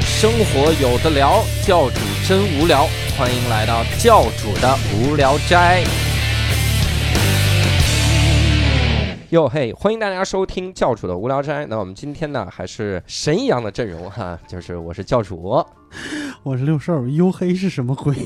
生活有的聊，教主真无聊，欢迎来到教主的无聊斋。哟嘿，欢迎大家收听教主的无聊斋。那我们今天呢，还是神一样的阵容哈，就是我是教主，我是六兽，黝黑是什么鬼？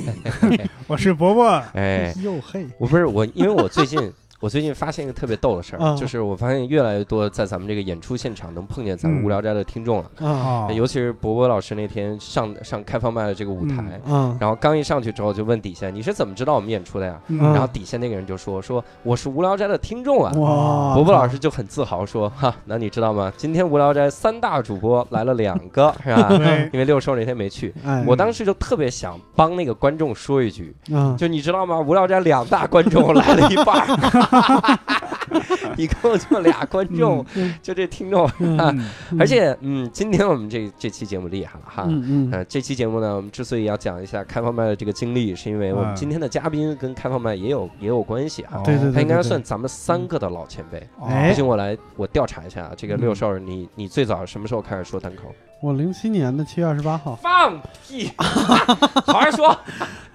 我是伯伯，哎，黝黑，我不是我，因为我最近 我最近发现一个特别逗的事儿，啊就是我发现越来越多在咱们这个演出现场能碰见咱们嗯无聊斋的听众了，哎啊尤其是博博老师那天上上开放麦的这个舞台。啊然后刚一上去之后，就问底下你是怎么知道我们演出的呀？嗯啊然后底下那个人就说说我是无聊斋的听众啊。哇！伯伯老师就很自豪说哈，那你知道吗？今天无聊斋三大主播来了两 个，是吧？对，嗯因为六兽那天没去，哎，我当时就特别想帮那个观众说一句，啊，就你知道吗？无聊斋两大观众来了一半儿， 一共就俩观众，嗯就这听众，嗯而且嗯，今天我们这这期节目厉害了哈。嗯嗯呃，这期节目呢，我们之所以要讲一下开放麦的这个经历，是因为我们嗯今天的嘉宾跟开放麦也有也有关系啊。哦对对对，他应该对嗯算咱们三个的老前辈。哎不信我来，我调查一下这个嗯六少，你你最早什么时候开始说单口？我零七年的七月二十八号，放屁！ 好好说。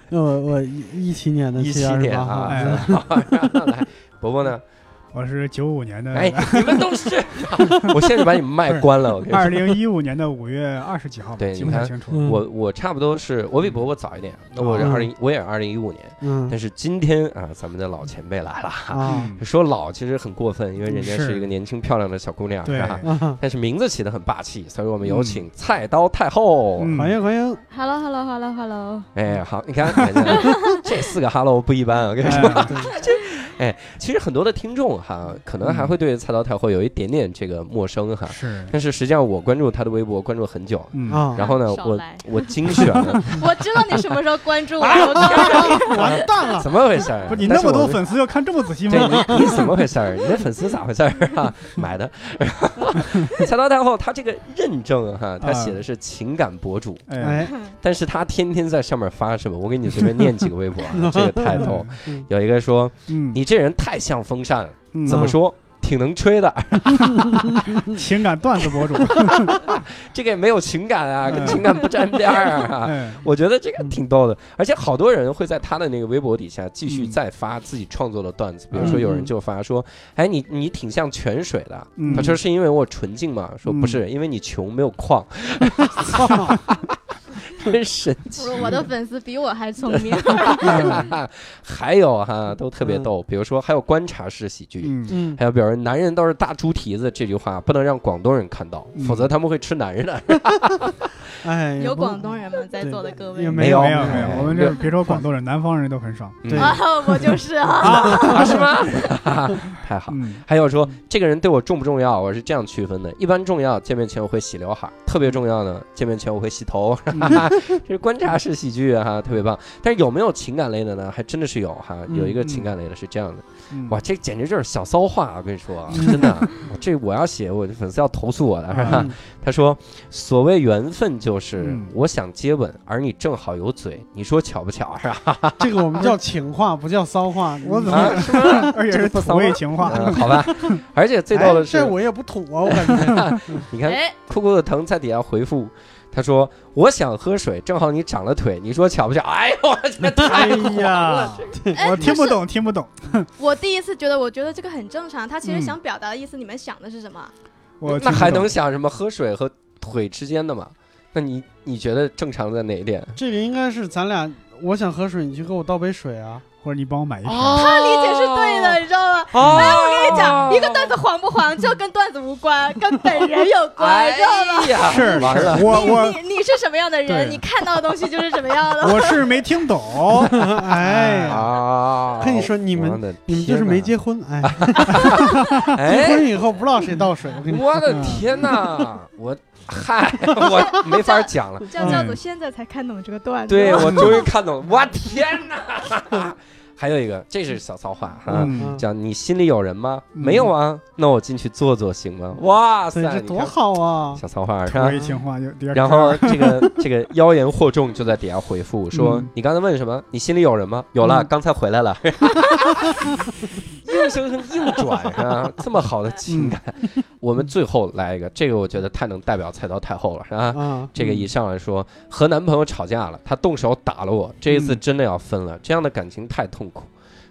呃我我一一七年的一七七月二十年八号啊，，哎 嗯来，伯伯呢？我是九五年嗯哎的，， 你们都是，我现在把你们麦关了。我跟你 二说，零一五年的五月二十几号吧，对记你不太看清楚。嗯我我差不多是我比伯伯早一点，那我是嗯二零，我也是二零一五年，嗯但是今天啊，咱们的老前辈来了哈。啊嗯说老其实很过分，因为人家是是一个年轻漂亮的小姑娘，对是吧？啊，但是名字起得很霸气，所以我们有请菜刀太后。嗯欢迎欢迎， h e l l o h e l l o h e l l o h e l l o 哎，好，你看人家这四个哈喽不一般，我跟你说。哎 其实很多的听众哈，可能还嗯会对菜刀太后有一点点这个陌生哈， 是，但是实际上我关注他的微博关注很久，嗯，啊，然后呢，少我来我精选 了， 我知道你什么时候关注我，我 知道完蛋 了，怎么回事儿啊？不是你那但是么多我们，粉丝要看这么仔细吗？对你你怎么回事儿？你的粉丝咋回事儿啊？买的， 菜刀太后他这个认证啊哈，他写的是情感博主，哎， 哎，但是他天天在上面发什么？我给你随便念几个微博啊，这个太逗。嗯有一个说嗯，你这人太像风扇了，你怎么说？挺能吹的，情感段 子博主？这个也没有情感啊，跟嗯情感不沾边儿啊。哎，我觉得这个挺逗的，而且好多人会在他的那个微博底下继嗯续再发自己创作的段子，比如说有人就发说：“哎，你你挺像泉水的。”嗯他说：“是因为我纯净吗？”说：“嗯不是，因为你穷，没有 矿。操”真神我奇。说我的粉丝比我还聪明。 还有哈，都特别逗，比如说还有观察式喜剧。嗯，嗯还有，比如“男人都是大猪蹄子”这句话不能让广东人看到，嗯否则他们会吃男人的。哎，有不能广东人吗？在座的各位也。有没没有没没有有，我们这别说广东人，南方人都很少。 对啊，我就是啊，啊， 是吗？ 太好了。嗯，还有说这个人对我重不重要，我是这样区分的：一般重要，见面前我会洗刘海；特别重要呢，见面前我会洗头。这是观察式喜剧啊哈，特别棒。但是有没有情感类的呢？还真的是有哈，嗯有一个情感类的是这样的，嗯哇，，这简直就是小骚话、我跟你说，啊真的，这我要写，我的粉丝要投诉我的。是吧嗯他说，所谓缘分就是嗯我想接吻，而你正好有嘴，你说巧不巧是吧？这个我们叫情话，不叫骚话，嗯我怎啊么， 而且是土味情话？嗯好吧。而且最逗的哎是，这我也不吐啊，我感觉 你看哎，酷酷的疼在底下回复，他说：“我想喝水，正好你长了腿，你说巧不巧？”哎 呦，我这哎太火了呀，，这个哎我听不。是懂，听不懂。我第一次觉得，我觉得这个很正常。他其实嗯想表达的意思，你们想的是什么？我那听不还懂能想什么喝水和腿之间的嘛？那你你觉得正常在哪一点？这个应该是咱俩，我想喝水，你去给我倒杯水啊。或者你帮我买一瓶。他哦理解是对的，。你知道吗？哦，跟你讲，一个段子黄不黄，就跟段子无关，跟本人有关，知道吗？ 哎呀，是完了，我我你你你是什么样的人，对你看到的东西就是什么样的。我是没听懂。 哎，啊！跟你说你们我的你们就是天哪没结婚，哎，结哎，婚以后不知道谁倒水，我 跟你说，我的天 哪！我嗨， 我嗯没法讲了。叫教主现在才看懂这个段子。对，我终于看懂，我天哪！还有一个，这是小骚话哈、嗯，讲你心里有人吗？嗯没有啊，那我进去坐坐行吗？哇塞对，，这你多看好啊！小骚话是土吧？味情话有点儿。然后这个这个妖言惑众就在底下回复说嗯：“你刚才问什么？你心里有人吗？有了，嗯刚才回来了。”硬生生硬转啊，这么好的情感，我们最后来一个，这个我觉得太能代表菜刀太后了，是吧？啊，这个嗯一上来说和男朋友吵架了，他动手打了我，这一次嗯真的要分了，这样的感情太痛苦，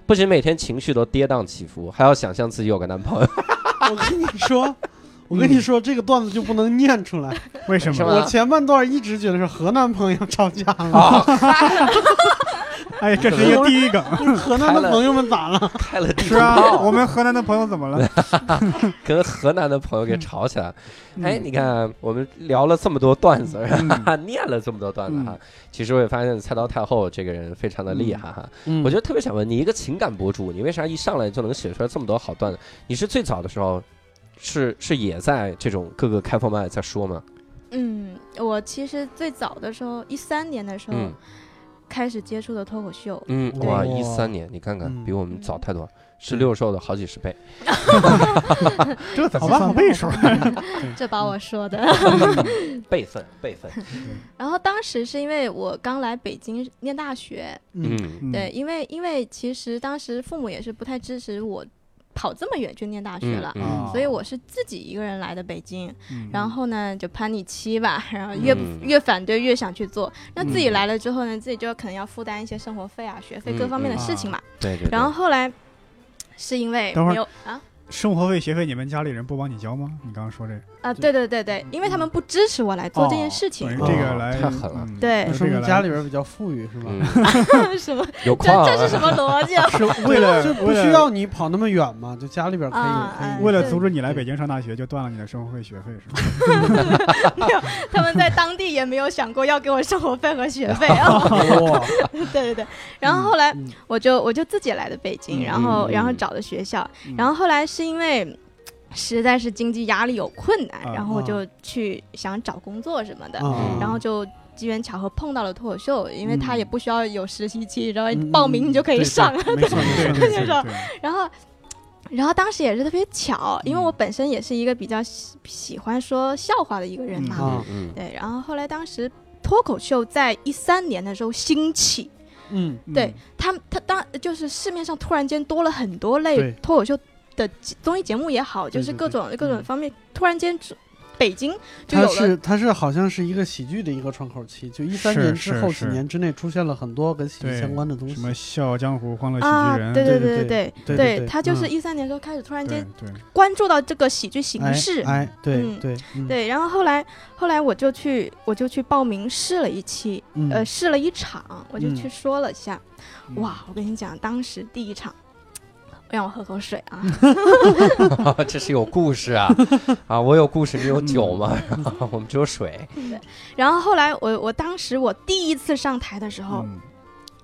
不仅每天情绪都跌宕起伏，还要想象自己有个男朋友。我跟你 说，我跟你说，这个段子就不能念出来。为什是么？吧我前半段一直觉得是和男朋友 吵架了，啊，哎，这是一 个第一梗，河南的朋友们咋了？开了地是图啊，炮，我们河南的朋友怎么了？跟河南的朋友给吵起来。嗯哎，你，看，我们聊了这么多段子，哈，嗯 念了这么多段子哈，其实我也发现菜刀太后这个人非常的厉害哈。嗯 嗯我就特别想问你，一个情感博主，你为啥一上来就能写出来这么多好段子？你是最早的时候，是是也在这种各个开放麦在说吗？嗯，我其实最早的时候，一三年的时候嗯开始接触的脱口秀，嗯，对哇，一三年，你看看，嗯比我们早太多了，是六兽的好几十倍。这怎好么吧算倍数？这把我说的。 辈分，辈分， 然后当时是因为我刚来北京念大学，嗯嗯嗯对，，因为因为其实当时父母也是不太支持我跑这么远去念大学了。嗯啊所以我是自己一个人来的北京，嗯然后呢就叛逆期吧， 然后越、嗯越反对越想去做。那嗯自己来了之后呢，自己就可能要负担一些生活费啊、学费各方面的事情嘛。对对。对然后后来是因为嗯等会儿没有啊生活费、学费，你们家里人不帮你交吗？你刚刚说这个，啊，对对对对，因为他们不支持我来做这件事情等于，哦这个来太狠了，嗯对那说明家里边比较富裕是吧？嗯， 什么有这矿啊，这是什么逻辑 啊？是为了就不为了需要你跑那么远嘛，就家里边可以啊可以哎为了阻止你来北京上大学，就断了你的生活费、学费是吧？他们在当地也没有想过要给我生活费和学费啊。 哇， 对对对，然后后来哦嗯我就我就自己来的北嗯京，然后嗯然后找的学校，嗯然后后来是因为。实在是经济压力有困难，啊然后我就去想找工作什么的，啊然后就机缘巧合碰到了脱口秀，因为他嗯也不需要有实习期，然后嗯嗯报名你就可以对上。对 没错对没对错，对就是对，然后，然后当时也是特别巧，因为嗯我本身也是一个比较喜喜欢说笑话的一个人嘛，啊嗯嗯对。然后后来当时脱口秀在一三年的时候兴起，嗯，嗯对他他当就是市面上突然间多了很多类对脱口秀的节综艺节目也好，就对是对各对种各种嗯方面，突然间只北京就它有了是它是好像是一个喜剧的一个窗口期，就一三是年之是后是几年之内出现了很多跟喜剧对相关的东西嗯什。么《笑傲江湖》《欢乐喜啊剧人》，对对对对对对对对他就是嗯一三年时候开始突然对间对，关注到这个喜剧形哎式，哎，对嗯对嗯对，然后后来后来我就去我就去报名试了一期，嗯呃，试了一场，我就嗯去说了一下。嗯哇，我跟你讲，当时第一场，让我喝口水 啊。啊， 这是有故事啊！啊，我有故事，你有酒吗？我们只有水。然后后来我我当时我第一次上台的时候，嗯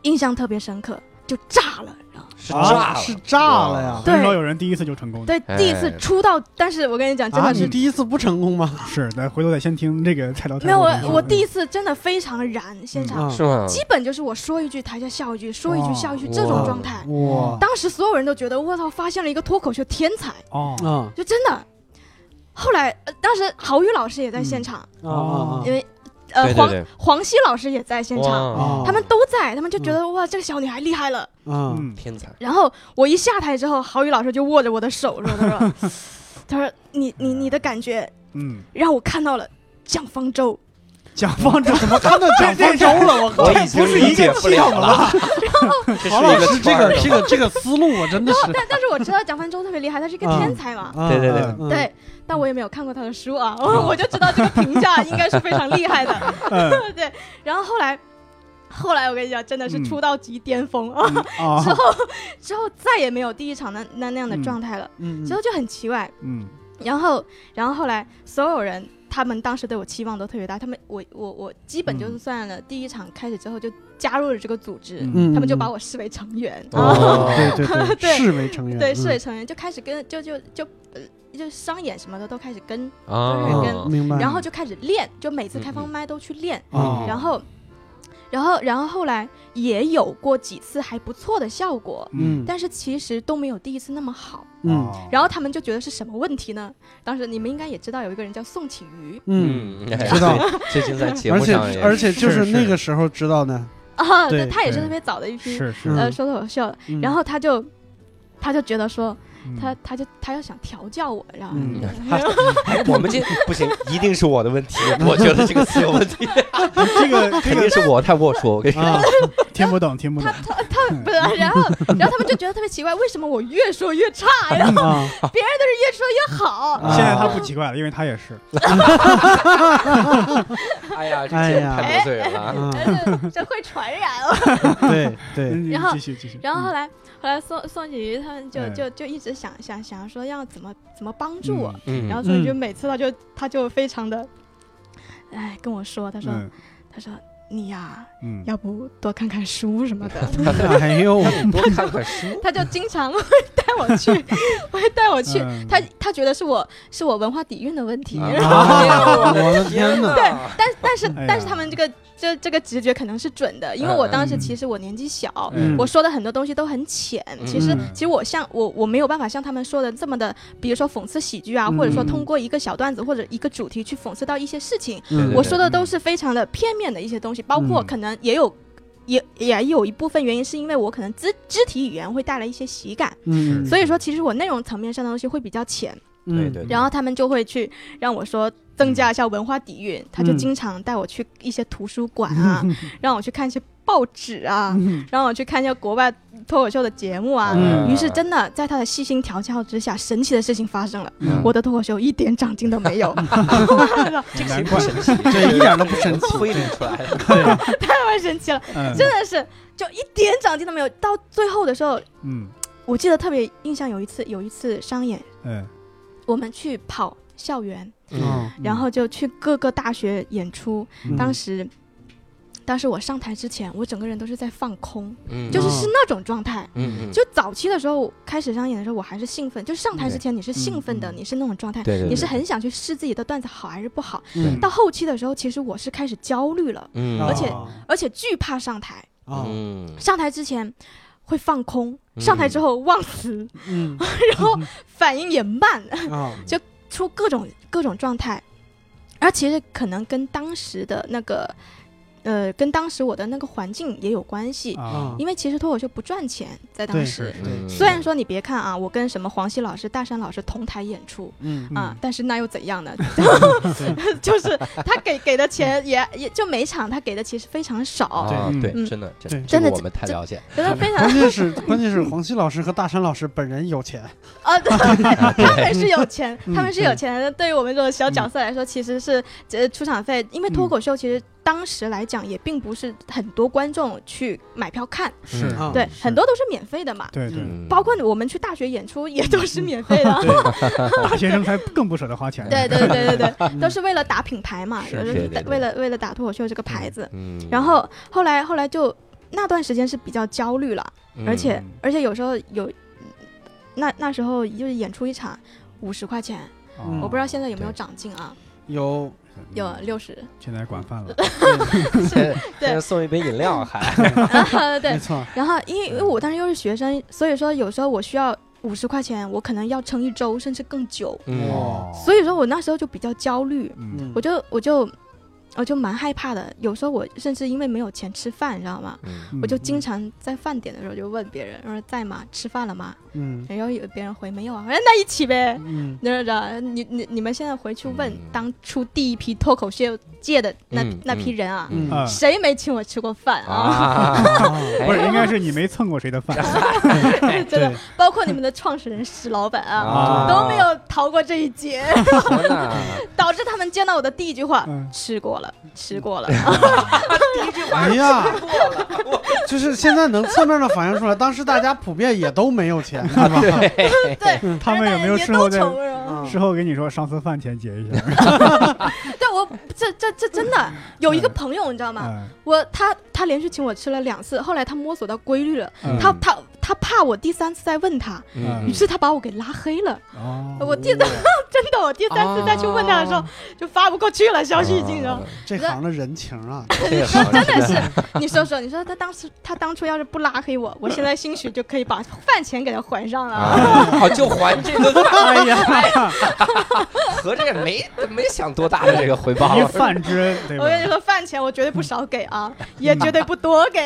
印象特别深刻，就炸了，你知道吗？是啊炸了，是炸了呀！啊对很少有人第一次就成功的。对，第一次哎出道，但是我跟你讲，真啊，的是、你第一次不成功吗？是，咱回头得先听这个菜刀太没有后我的故事。我第一次真的非常燃，现场、啊是吗？基本就是我说一句台下笑一句，说一句哇笑一句这种哇状哦态。哇当时所有人都觉得我操，发现了一个脱口秀天才。哦，啊就真的。后来，呃、当时郝宇老师也在现场，啊哦啊！因为呃对对对，黄黄西老师也在现场，哇他们都在，他们就觉得、哇，这个小女孩厉害了。啊，嗯，天才，然后我一下台之后，郝宇老师就握着我的手说：“他说， 他说你你你的感觉 嗯，让我看到了蒋方舟。蒋方舟怎么看到蒋方舟了，我靠！已经理解不了了。 这是郝老一个师这圈儿个的这个这个思路，我真的是哦但但是我知道蒋方舟特别厉害，他是一个嗯天才嘛。啊对对对嗯对，但我也没有看过他的书啊， 我我就知道这个评价应该是非常厉害的。 嗯对，然后后来，后来我跟你讲，真的是嗯出道即巅峰啊！嗯啊， 之后再也没有第一场那那那样的嗯状态了，嗯，之后就很奇怪。嗯然后，然后后来所有人他们当时对我期望都特别大，他们我我我基本就是嗯算了、第一场开始之后就加入了这个组织，嗯嗯，他们就把我我视为成员，哦啊，对对对视为成员，对，嗯视为成员就开始跟就就就呃就商演什么的都开始跟，啊成员啊明白。然后就开始练，就每次开放麦都去练，啊然后。然后然后后来也有过几次还不错的效果，嗯但是其实都没有第一次那么好。嗯哦然后他们就觉得是什么问题呢？当时你们应该也知道有一个人叫宋启瑜嗯， 知知道，最近在嗯节而目且上也而且就是是是那个时候知道呢，啊，对他也是对特别早的一批是是，嗯呃说脱口秀的，嗯然后他就他就觉得说嗯他他就他要想调教我，然后 嗯 哎我们这不行，一定是我的问题， 我觉得这个词有问题，这个肯定是我太龌龊，我跟你说。啊，听不懂，听不懂，不，然后然后他们就觉得特别奇怪，为什么我越说越差，然后啊越说越好？ 啊现在他不奇怪了，因为他也是，哎呀，这哎节目呀太得罪人了啊。啊，这这会传染哦。对 对，嗯然后继续继续， 然后后来后来宋宋启瑜他们就哎就就一直想想想说要怎么怎么帮助我，嗯然后所以就嗯每次他就他就非常的，哎跟我说，他说嗯他说你呀，嗯，要不多看看书什么的，哎呦，多看看书，他就经常 会带 我去，会带我去。嗯他他觉得是我是我文化底蕴的问题，嗯然后啊，我的天 哪，哪！但但是、哎呀但是他们这个这这个直觉可能是准的，因为我当时嗯其实我年纪小，嗯我说的很多东西都很浅。其实嗯其实我像我我没有办法像他们说的这么的，比如说讽刺喜剧啊，或者说嗯通过一个小段子或者一个主题去讽刺到一些事情，嗯对我说的都是非常的片面的一些东西，包括嗯可能也有。也也有一部分原因是因为我可能肢肢体语言会带来一些喜感，嗯，所以说其实我内容层面上的东西会比较浅，对嗯对，对然后他们就会去让我说增加一下文化底蕴，他就嗯经常带我去一些图书馆啊，让我去看一些报纸啊，让我去看一些国外脱口秀的节目啊。嗯于是真的在他的细心调教之下，神奇的事情发生了，嗯我的脱口秀一点长进都 没有， 这个难其实怪不，神奇，这一点都不神奇，推理出来的。太神奇了，嗯真的是就一点长进都没有。到最后的时候，嗯我记得特别印象有一次，有一次商演，嗯，我们去跑校园，嗯，嗯然后就去各个大学演出。嗯当时，当时我上台之前，我整个人都是在放空，嗯就是哦是那种状态。嗯嗯，就早期的时候，开始上演的时候，我还是兴奋。就是上台之前，你是兴奋的，嗯你是那种状态，对对对你是很想去试自己的段子好还是不好。嗯到后期的时候，其实我是开始焦虑了，嗯，哦而且而且惧怕上台。啊，嗯上台之前会放空，嗯上台之后忘词，嗯然后反应也慢， 啊，出各种各种状态，而其实可能跟当时的那个，呃，跟当时我的那个环境也有关系，啊，因为其实脱口秀不赚钱，在当对时。是嗯虽然说你别看啊，我跟什么黄西老师、大山老师同台演出嗯啊，但是那又怎样呢？对就是他给给的钱也也就每场他给的其实非常少，啊，对对，嗯真的，真这对个真的我们太了解，真的非常关键是关键是黄西老师和大山老师本人有钱，啊，对，他们是有钱，嗯他们是有钱的。对于我们这种小角色来说，其实是呃出场费，因为脱口秀其实当时来讲也并不是很多观众去买票看，是嗯啊对，是很多都是免费的嘛。对对，嗯包括我们去大学演出也都是免费的，大学生才更不舍得花钱，对对对对对，嗯 都是为了打品牌嘛，是就是对对对为了为了打脱口秀这个牌子。嗯，然后后来后来就那段时间是比较焦虑了，嗯，而且而且有时候有，那那时候就是演出一场五十块钱，啊，嗯我不知道现在有没有对涨进啊？有有嗯六十，现在管 饭了，现在送一杯饮料还，没啊对。错，然后因为因为我当时又是学生，所以说有时候我需要五十块钱，我可能要撑一周甚至更久，嗯哦所以说我那时候就比较焦虑，嗯我就我就我就蛮害怕的。有时候我甚至因为没有钱吃饭，你知道吗？嗯嗯我就经常在饭点的时候就问别人，我说在吗？吃饭了吗？嗯然后有别人回没有啊，我说那一起呗。嗯 那那你你你们现在回去问嗯当初第一批脱口秀界的那、嗯那批人啊，嗯嗯啊， 谁没请我吃过饭 啊？啊，啊，不是应该是你没蹭过谁的 饭，真的，包括你们的创始人石老板啊，啊都没有逃过这一劫， 天哪导致他们见到我的第一句话嗯，吃过了，吃过了。 哎呀， 就是现在能侧面的反映出来，当时大家普遍也都没有钱，对吧？ 嗯 对，嗯他们有没有人事家后都再啊穷了。事后跟你说上次饭钱结一下？嗯对我这这这真的有一个朋友，你知道吗？嗯我他他连续请我吃了两次，后来他摸索到规律了，嗯他他他怕我第三次再问他，嗯于是他把我给拉黑了。 哦，我记得真的，我第三次再去问他的时候啊，就发不过去了，消息已经啊 了。这行的人情啊，这个好真的是，你说说，你说他当时他当初要是不拉 黑我，我现在兴许就可以把饭钱给他还上了。啊，好就还这顿饭， 哎呀， 合着也没没想多大的这个回报啊 一，饭之恩，对 我跟吧？你说，饭钱我绝对不少给啊，嗯也绝对不多给。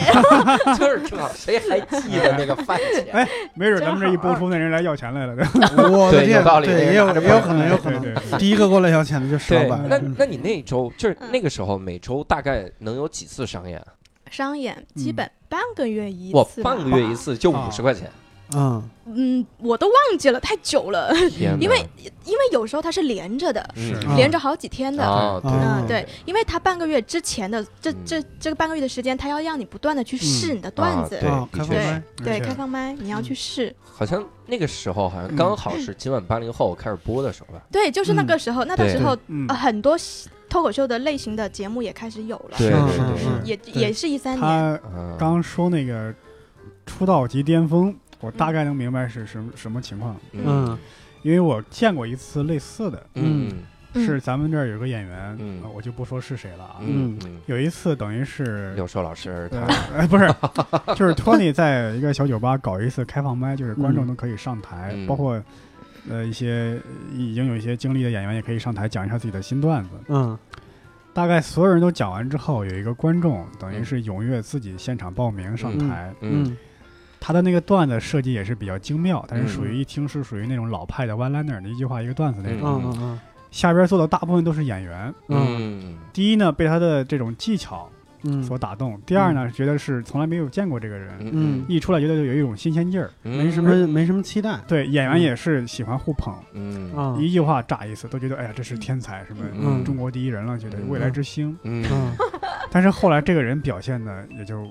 就是正好谁还记得那个饭钱？哎，没准咱们这一播出，那人来要钱来了，对吧我的对天有道，理对，这个也有拿着也有本可能，有可对对能。对，第一个过来要钱的就是对老，板。那嗯那你那周就是嗯那个时候，每周大概能有几次商演？ 啊商演基本半个月一我次，半个月一。次就啊五十块钱，嗯，嗯，我都忘记了，太久了， 天哪因为因为有时候它是连着的，嗯是啊连着好几天的。啊，嗯对嗯嗯，对，因为他半个月之前的这这这个半个月的时间，他要让你不断的去试你的段子嗯对，啊，的开放确嗯麦，对，而且开放麦你要去试，好像那个时候好嗯像刚好是今晚八零后开始播的时候吧？对，就是那个时候，那个时候嗯呃，很多喜脱口秀的类型的节目也开始有了，对是对是对是也对也是一三年，他嗯，刚说那个出道及巅峰，我大概能明白是什么什么情况，嗯嗯因为我见过一次类似的，嗯嗯是咱们这儿有个演员，嗯呃我就不说是谁了啊。嗯嗯，有一次等于是刘硕老师呃他，哎不是， 就是托尼在一个小酒吧搞一次开放麦，就是观众嗯都可以上台，嗯包括呃一些已经有一些经历的演员也可以上台讲一下自己的新段子。嗯大概所有人都讲完之后，有一个观众等于是踊跃自己现场报名上台，嗯嗯他的那个段子设计也是比较精妙，但是嗯属于一听是属于那种老派的 one liner，你一句话一个段子那嗯种。嗯下边坐的大部分都是演员，嗯嗯第一呢被他的这种技巧嗯，所打动，第二呢觉得是从来没有见过这个人，嗯一出来觉得有一种新鲜劲儿。没什么没什么期待对，演员也是喜欢互捧，嗯啊，一句话炸一次，都觉得哎呀这是天才，什么嗯中国第一人了，觉得嗯未来之星。嗯，嗯但是后来这个人表现呢，也就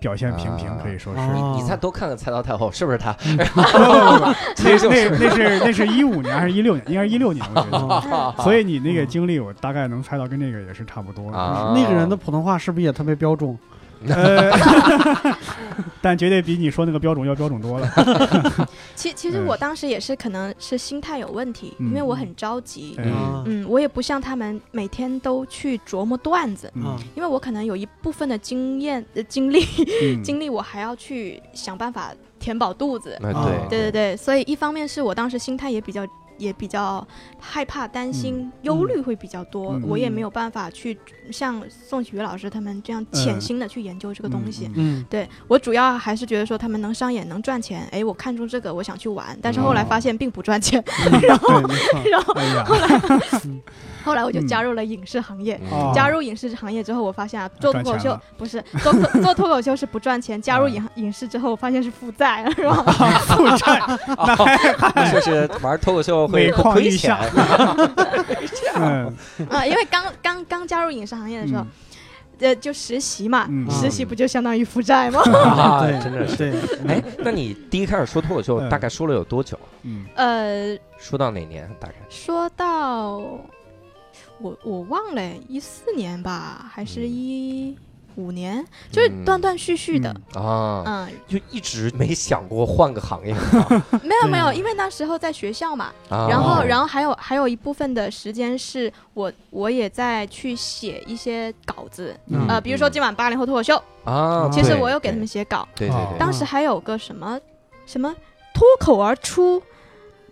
表现平平，啊可以说 是。 哦你再多看看《菜刀太后》是不是他？不不不不其那实就是哦那那是那是一五年还是一六年？应该是一六年，我觉得。嗯 所以你那嗯个经历，我大概能猜到跟这个也是差不多的。啊，那个人的普通话是不是也特别标准？呃， 但绝对比你说那个标准要标准多了。其其实我当时也是可能是心态有问题，嗯因为我很着急，嗯啊嗯，我也不像他们每天都去琢磨段子，嗯啊因为我可能有一部分的经验呃经历嗯经历，我还要去想办法填饱肚子，那对对嗯对对，所以一方面是我当时心态也比较也比较害怕、担心、忧虑会比较多，嗯我也没有办法去像宋启宇老师他们这样潜心的去研究这个东西。嗯 嗯对我主要还是觉得说他们能上演能赚钱，哎，我看中这个我想去玩，但是后哦来发现并不赚钱，对，没错， 然 后哎呀，后来我就加入了影视行业。嗯嗯哦加入影视行业之后，我发现啊，做脱口赚钱秀了嗯不是做脱做脱口秀是不赚钱，加入影影视之后，我发现是负债，是吧？ 负债，就是玩脱口秀会会亏钱，嗯 啊，因为刚刚刚加入影视行业的时候嗯，呃，就实习嘛，嗯实习不就相当于负债吗？ 啊，对，真的是。对，哎，那你第一开始说脱口秀大概说了有多久？啊嗯，呃，说到哪年？大概说到我我忘了，一四年吧，还是嗯一五年，就是断断续续的。啊，嗯，就一直没想过换个行业没有没有，对因为那时候在学校嘛，啊。 然后哦然后还有还有一部分的时间是我我也在去写一些稿子，嗯呃，比如说今晚八零后脱口秀，啊，其实对我有给他们对写稿，对嗯对对，啊当时还有个什么什么脱口而出，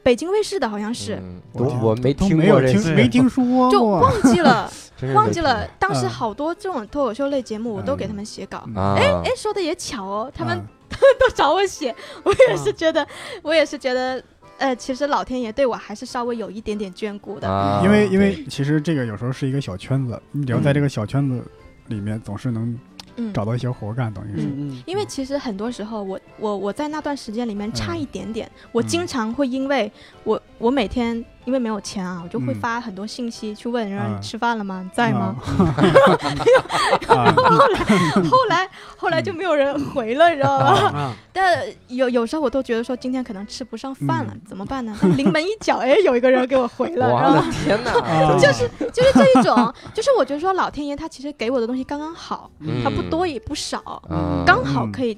北京卫视的好像是，嗯我我听我没都听没过有这听些，没听 说就过。忘记了，真是忘没记听了。当时嗯好多这种脱口秀类节目，我都给他们写稿。过啊。哎，说的也巧哦，他们嗯都找我写，我也是觉得，我也是觉得，呃，其实老天爷对我还是稍微有一点点眷顾的。啊，因为对因为其实这个有时候是一个小圈子，你只要在这个小圈子里面，总是能嗯，找到一些活干，等于是。嗯因为其实很多时候我，我我在那段时间里面差一点点，我嗯经常会因为我我每天因为没有钱啊，我就会嗯发很多信息去问人家、嗯吃饭了吗？你在吗？啊？ 后来后来就没有人回了，你知 道吗？啊，但有有时候我都觉得说今天可能吃不上饭了嗯，怎么办呢？但临门一脚，哎，有一个人给我回了，我然的后 天哪，啊，真是就是这一种，就是我觉得说老天爷他其实给我的东西刚刚好，嗯他不多也不少，啊刚好可以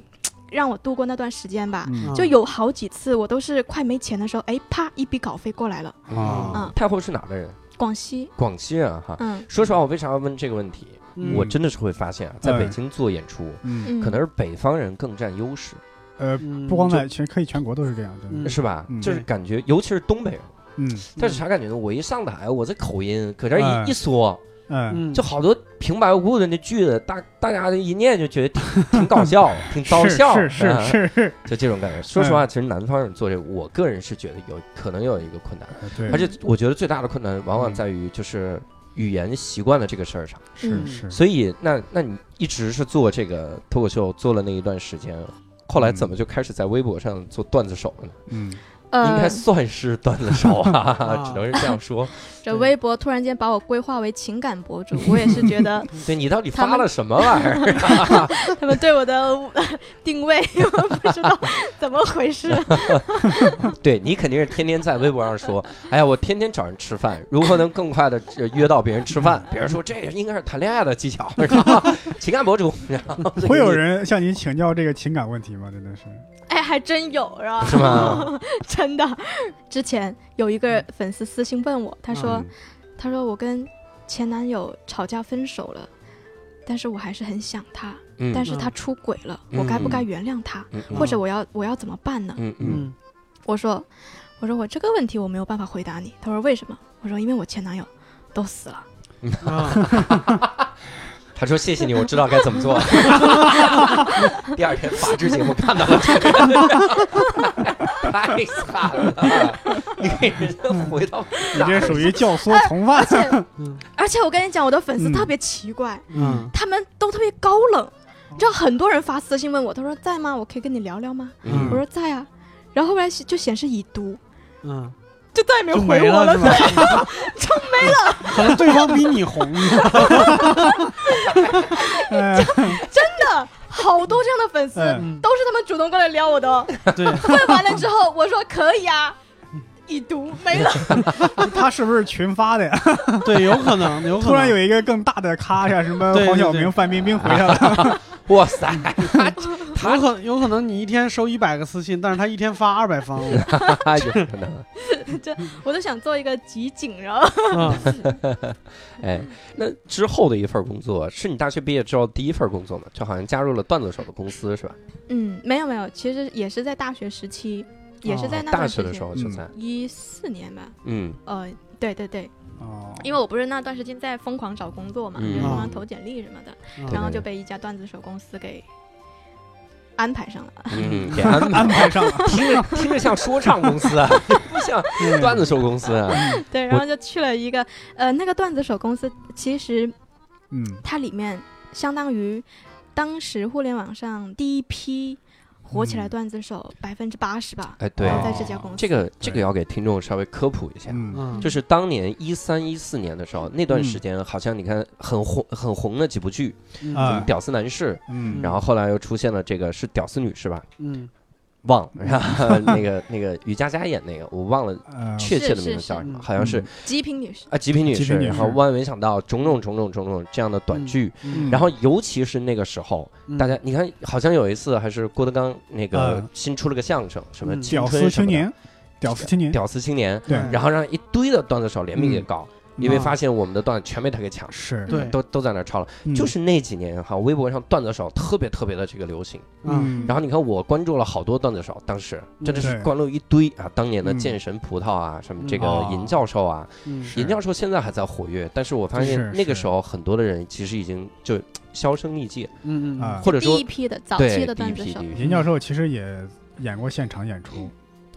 让我度过那段时间吧。嗯就有好几次，我都是快没钱的时候，哎，啪一笔稿费过来了，啊嗯太后是哪的人？广西，广西人啊哈。嗯说实话，我为啥要问这个问题？嗯我真的是会发现啊，在北京做演出，嗯，嗯，可能是北方人更占优势，呃，嗯不光在全可以全国都是这样，真嗯的，是吧？嗯就是感觉，尤其是东北人。嗯但是啥感觉呢？我一上台，我这口音搁这一、哎一说，嗯，就好多平白无故的那句子，大大家一念就觉得 挺挺搞笑，挺招是笑，是是啊是是，嗯就这种感觉。说实话，其实南方人做这个，我个人是觉得有可能有一个困难，呃对，而且我觉得最大的困难往往在于就是语言习惯的这个事儿上。嗯是是，所以，那那你一直是做这个脱口秀，做了那一段时间，后来怎么就开始在微博上做段子手了呢？嗯应该呃，算是段子手啊，啊只能是这样说。这微博突然间把我规划为情感博主，我也是觉得 对你到底他发们了什么玩意儿？ 他们对我的 呃定位，我不知道怎么回事。对你肯定是天天在微博上说，哎呀，我天天找人吃饭，如何能更快的约到别人吃饭？别人说这应该是谈恋爱的技巧， 是吧情感博主。然后会有人向您请教这个情感问题吗？真的是， 哎，还真有 啊，是吗？真的。之前有一个粉丝私信问我，他说：“嗯他说我跟前男友吵架分手了，但是我还是很想他，嗯但是他出轨了，嗯我该不该原谅他，嗯嗯或者我要我要怎么办呢？嗯嗯嗯我说，我说我这个问题我没有办法回答你。他说为什么？我说因为我前男友都死 了。啊，他说谢谢你，我知道该怎么 做。第二天法制节目看到了这个，太惨了！你给人家回到你这属于教唆从犯而，且嗯而且我跟你讲，我的粉丝嗯特别奇怪，嗯他们都特别高冷。你知道很多人发私信问我，他说在吗？我可以跟你聊聊吗？嗯我说在啊。然后后来就显示已读，嗯，就再也没有就回没我了了。是吧？就没了，可能对方比你红， 哎好多这样的粉丝，哎嗯都是他们主动过来撩我的 哦。对，问完了之后，我说可以啊，已读没 了。他是不是群发的 呀？对，有可能，有可能突然有一个更大的咖呀，什么对对黄晓对明、范冰冰回来 了，哇塞，有可有可能你一天收一百个私信，但是他一天发二百封，有可能。我都想做一个集锦， 然后嗯哎，那之后的一份工作是你大学毕业之后第一份工作吗？就好像加入了段子手的公司是吧？嗯，没有没有，其实也是在大学时期，也是在那哦大段学时的时间，候就在，一四年吧，嗯呃，对对对，哦，因为我不是那段时间在疯狂找工作嘛，嗯就疯狂投简历什么的，对然后对就被一家段子手公司给安排上了。嗯，给安安排 上了，听着听着像说唱公司啊， 不像段子手公司啊。对，然后就去了一个呃，那个段子手公司，其实嗯它里面相当于当时互联网上第一批火起嗯来段子手百分之八十吧，哎，对，在这家公司。这个这个要给听众稍微科普一下。嗯嗯，就是当年一三一四年的时候，那段时间好像你看很红很红的几部剧，嗯什么啊《屌丝男士》，嗯，然后后来又出现了这个是《屌丝女士》吧？嗯忘了，然后那个 那个于佳佳演那个，我忘了呃，确切的是名字是叫什是么，好像是极品女士，啊《极品女嗯极士品》，女然后士万万没想到种种种种种种这样的短剧，嗯然后尤其是那个时候，大家你看好像有一次还是郭德纲那个嗯新出了个相声，什么嗯青屌春丝什么青的年，嗯屌丝青年，屌丝青年，对然后让一堆的段子手联名给搞，因为啊发现我们的段子全被他给抢了。是，对都都在那儿抄了，嗯就，是那几年哈，微博上段子手特别特别的这个流行。嗯嗯，然后你看我关注了好多段子手，当时真的是对关注一堆啊，当年的嗯剑神葡萄啊，什么这嗯个哦尹教授啊，嗯是尹教授现在还在活跃，但是我发现是那个是时候很多的人其实已经就嘖销声匿迹，嗯嗯啊或者第说一批的早期对的第一段子批手第，一尹教授其实也演过现场演出，批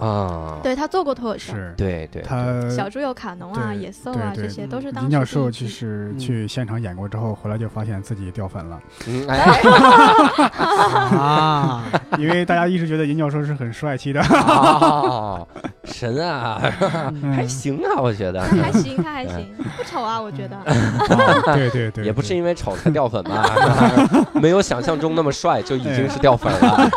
啊，对他做过脱口秀，是，对对，他小猪有卡农啊、呃对野兽啊，对这对些都是当林教时第一授批其实去现场演过之后，回来就发现自己掉粉了，嗯哎啊，因为大家一直觉得尹教授是很帅气的， 啊，神啊， 还行啊，我觉得。还 行，他还 行，不丑啊，我觉得。啊 对对对，也不是对因为丑才掉粉吧，是 吧没有想象中那么帅就已经是掉粉了，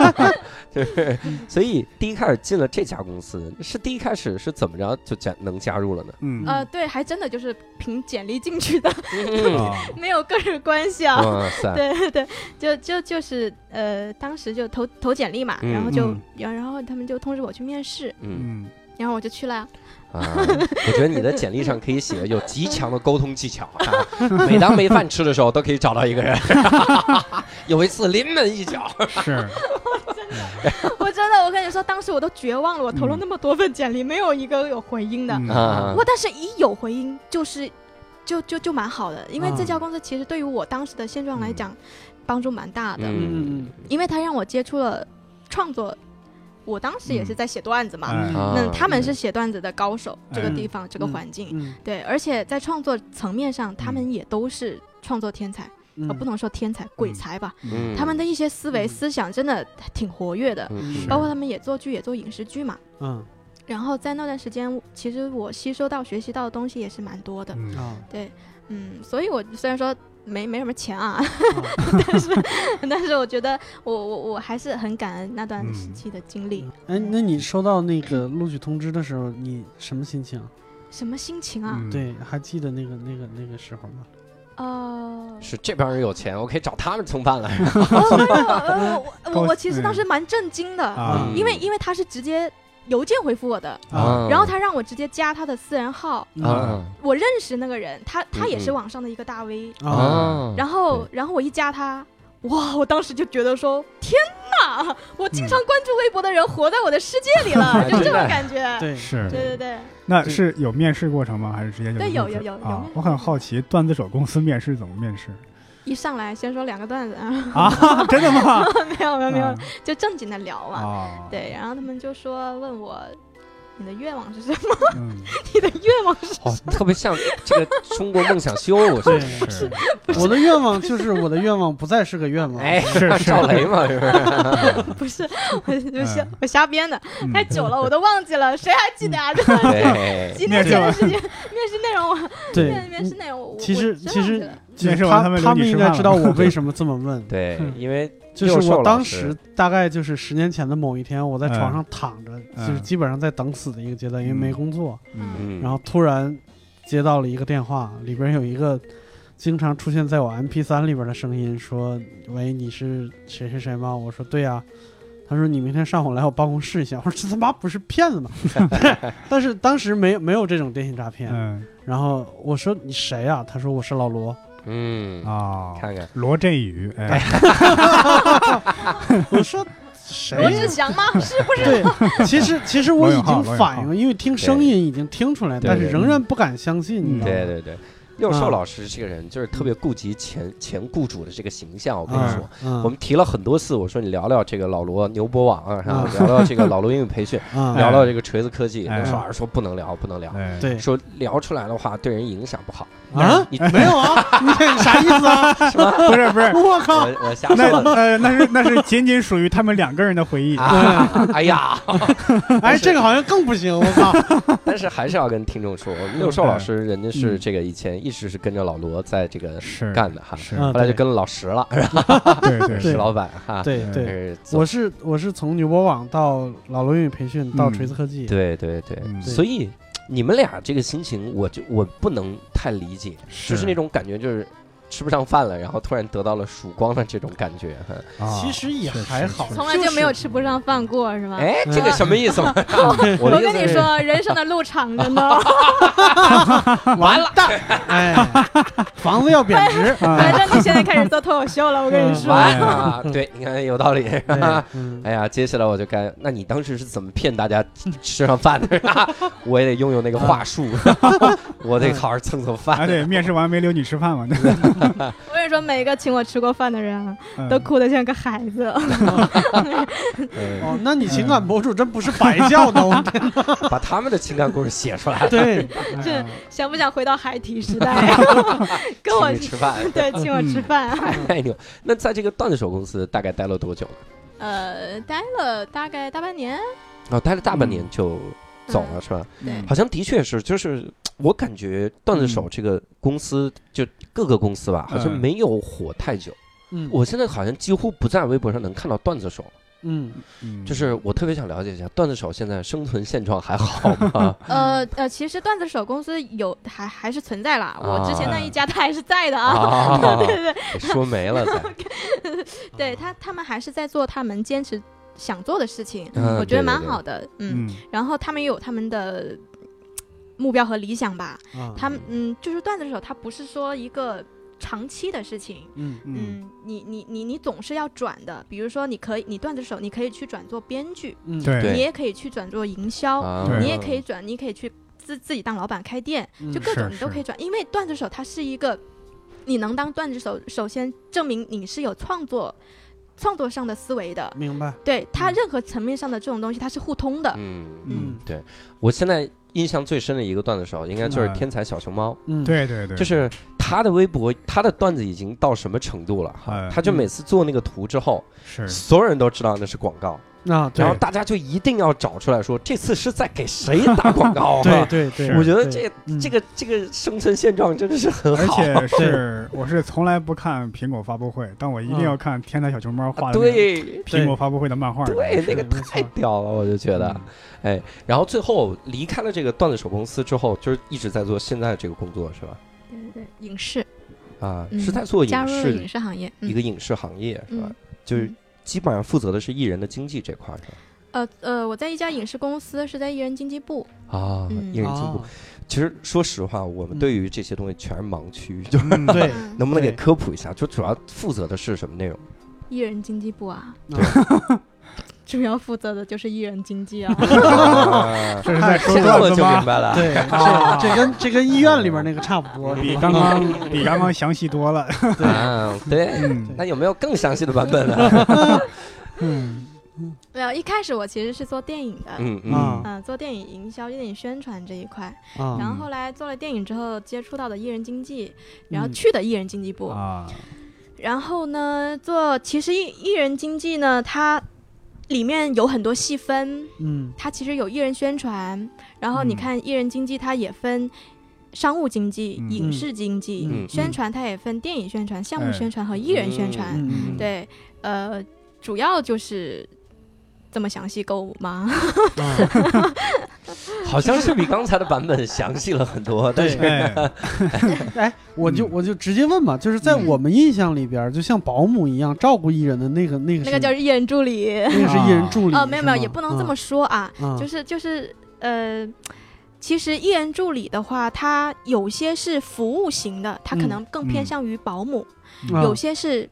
就是所以第一开始进了这家公司，是第一开始是怎么着就加能加入了呢？嗯呃，对，还真的就是凭简历进去的， 嗯，啊没有个人关系啊。哇塞，对对，就就就是呃，当时就投投简历嘛，嗯然后就嗯然然后他们就通知我去面试，嗯嗯然后我就去了呀。啊，我觉得你的简历上可以写有极强的沟通技巧啊，每当没饭吃的时候都可以找到一个人。 有一次临门一脚，是我真的，我跟你说，当时我都绝望了，我投了嗯那么多份简历，没有一个有回音的。嗯啊我但是一有回音就是，就就就蛮好的，因为啊这家公司其实对于我当时的现状来讲，帮助蛮大的，嗯嗯，因为他让我接触了创作，我当时也是在写段子嘛。哎嗯那他们是写段子的高手，这个地方、这个嗯环境，嗯对，而且在创作层面上，他们也都是创作天才，嗯呃，不能说天才，鬼才吧。嗯他们的一些思维嗯思想真的挺活跃的，嗯包括他们也做剧，也做影视剧嘛。嗯然后在那段时间，其实我吸收到、学习到的东西也是蛮多的。嗯啊，嗯，所以我虽然说没没什么钱啊， 啊但是我觉得我我我还是很感恩那段嗯时期的经历。哎，那你收到那个录取通知的时候，你什么心情？什么心情啊？嗯对，还记得那个那个那个时候吗？呃，是这帮人有钱，我可以找他们蹭饭了。哦我我我我高我其实当时蛮震惊的，啊嗯因为因为他是直接邮件回复我的，啊然后他让我直接加他的私人号。嗯啊我认识那个人，他他也是嗯嗯网上的一个大 V，啊，啊，然后，嗯然后我一加他，哇！我当时就觉得说，天哪！我经常关注微博的人活在我的世界里了，就 这种感觉。对，是嗯对对对，那对是有面试过程吗？还是直接就对入有职有有有面啊试？我很好奇，段子手公司面试怎么面 试一上来先说两个段子 啊，啊？真的吗？没 有没有没有啊，就正经的聊嘛。啊，对，然后他们就说问我，你的愿望是什么？ 嗯，你的愿望是什哦，特别像这个中国梦想修，我 对是。是我的愿望就是我的愿望不再是个愿望。哎，是是赵雷嘛，是不是？么？不是，我就瞎嗯我瞎编的，嗯太久了我都忘记了，谁还记得啊？这对，。几年前的事情，面试内容我对，面面试内容我我其实我其真实忘记了就面是试他完他们留他你们吃应该饭知了道我 为什么这么问对，嗯因为就是六兽我老当师时大概就是十年前的某一天，我在床上躺着，嗯就是基本上在等死的一个阶段，因为没工作。嗯嗯然后突然接到了一个电话，里边有一个经常出现在我 MP 三里边的声音，说：“喂，你是谁谁谁吗？”我说：“对呀、啊他说：“你明天上午来我办公室一下。”我说：“这他妈不是骗子吗？” 但是当时没没有这种电信诈骗。嗯然后我说：“你谁呀、他说：“我是老罗。嗯，啊，看看罗振宇，哎，我说：“谁罗呀、志祥吗？是不 是？对，其实其实我已经反应了，因为听声音已经听出来，对但是仍然不敢相信，你知道吗？对对对，六兽啊老师这个人就是特别顾及前前雇主的这个形象，我跟你说嗯。嗯，我们提了很多次，我说你聊聊这个老罗牛博网啊，然后嗯聊聊这个老罗英语培训，嗯聊聊这个锤子科技。哎六兽老师说不能聊，不能聊，哎，对说聊出来的话对人影响不好。啊，你没有啊， 你啥意思啊？不是不是，我靠！我我瞎 那说的。呃那是那是仅仅属于他们两个人的回忆，啊，哎呀！哎，这个好像更不行，我靠！但是还是要跟听众说，我们六兽老师人家是这个以前一直是跟着老罗在这个是干的哈，是，后嗯来就跟了老石了，然对对后石对老板哈。对就对，是走，我是我是从牛博网到老罗英语培训到嗯锤子科技，对对对，嗯所以你们俩这个心情，我就我不能太理解，是就是那种感觉，就是吃不上饭了，然后突然得到了曙光的这种感觉。哈啊其实也确实还好确实从来就没有吃不上饭过，是吗？哎，这个什么意思嘛？我的意跟思你是，说，人生的路长着 呢，完蛋！哎，房子要贬值，反啊，正你现在开始做脱口秀了，我跟你说，完啊，对，你看有道理。对哈 嗯哎呀，接下来我就该，那你当时是怎么骗大家 吃上饭的？ 我也得拥有那个话术， 我得好好蹭蹭啊 饭。对，面试完没留你吃饭嘛，对吧我跟你说，每一个请我吃过饭的人啊，嗯都哭得像个孩子。 嗯哦，那你情感博主真不是白叫的，我，把他们的情感故事写出来 对，这哎想不想回到海体时代？啊 跟我，请你吃嗯饭 对，请我吃饭啊。太牛。那在这个段子手公司大概待了多久呢？呃，待了大概大半年，哦，待了大半年就走了，是吧？对好像的确是，就是我感觉段子手这个公司，就各个公司吧，好像嗯没有火太久。嗯我现在好像几乎不在微博上能看到段子手，嗯嗯就是我特别想了解一下，段子手现在生存现状还好吗？呃呃，其实段子手公司有还还是存在啦，我之前那一家他还是在的啊， 啊，对对对，给说没了才。 对他他们还是在做他们坚持想做的事情，嗯我觉得蛮。对对对好的，嗯，嗯然后他们也有他们的目标和理想吧，啊，他们嗯，就是段子手，他不是说一个长期的事情。嗯嗯嗯，你你你你总是要转的，比如说你可以，你段子手，你可以去转做编剧，嗯对你也可以去转做营销，啊你也可以转，你可以去自自己当老板开店，就各种是你都是可以转，因为段子手他是一个，你能当段子手，首先证明你是有创作创作上的思维的，明白对他嗯任何层面上的这种东西它是互通的，嗯，嗯，我现在印象最深的一个段子手，应该就是嗯天才小熊猫，嗯对对对，就是他的微博，他的段子已经到什么程度了哈？嗯他就每次做那个图之后，是所有人都知道那是广告，啊然对。后大家就一定要找出来说这次是在给谁打广告 对哈对对，是我觉得对这嗯这个这个生存现状真的是很而好。且是我是从来不看苹果发布会，但我一定要看《天才小熊猫》画啊的那 个嗯对苹果发布会的漫画。对，那个没太错屌了，我就觉得。哎，然后最后离开了这个段子手公司之后，就是一直在做现在这个工作，是吧？对对对，嗯影视啊，嗯是在做加影入了视的影视行业，嗯一个影视行业，是吧嗯？就是基本上负责的是艺人的经济这块，是吧？呃呃，我在一家影视公司，是在艺人经纪部。啊，嗯艺人进步。啊其实说实话，我们嗯对于这些东西全是盲区，就 嗯对嗯能不能给对科普一下？就主要负责的是什么内 容？艺人经纪部啊，对 主要负责的就是艺人经纪啊。啊这是在说现在我段子就明吗？白了。 对，啊这这跟这跟医院里面那个差不多，比是吧刚嗯刚比刚刚详细 多了。啊，对，嗯那有没有更详细的版本啊呢？嗯没有，一开始我其实是做电影的，嗯、嗯啊嗯做电影营销、电影宣传这一块。啊然后后来做了电影之后，接触到的艺人经纪，然后嗯去的艺人经纪 部。啊，然后呢，做其实艺艺人经纪呢，它里面有很多细分，嗯它其实有艺人宣传，然后你嗯看艺人经纪，它也分商务经济、嗯影视经济、嗯宣传，它也分电影宣传、项目哎宣传和艺人宣传。嗯嗯对，呃，主要就是这么详细购物吗？ 啊好像是比刚才的版本详细了很多，但是 对哎，哎，我就嗯我就直接问吧，就是在嗯我们印象里边，就像保姆一样照顾艺人的那个那个那是个叫艺人助理。那个是艺啊人助理哦，没有没有，是吗也不能这么说啊，啊就是就是呃。其实艺人助理的话，他有些是服务型的，他可嗯能更偏嗯向于保姆；嗯啊有些是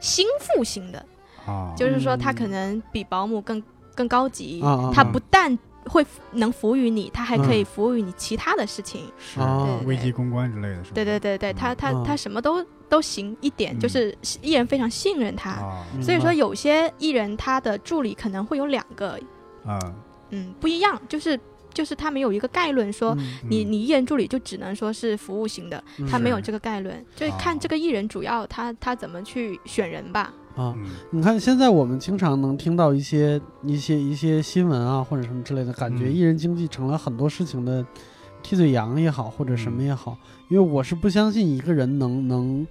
心腹型的，啊，就是说他嗯可能比保姆更更高级，啊啊他啊不但会服能服务于你，他还可以嗯服务于你其他的事情。是啊危机公关之类的，是吧？对对对对，他他嗯他什么都都行一点，嗯就是艺人非常信任他，啊嗯所以说有些艺人他的助理可能会有两个，啊，嗯，不一样，就是就是他没有一个概论说。嗯你嗯你艺人助理就只能说是服务型的，嗯他没有是这个概论，就是看哦这个艺人主要他他怎么去选人吧。啊。嗯你看，现在我们经常能听到一些一些一些新闻啊，或者什么之类的，感觉嗯艺人经济成了很多事情的替罪羊也好，或者什么也好。因为我是不相信一个人能能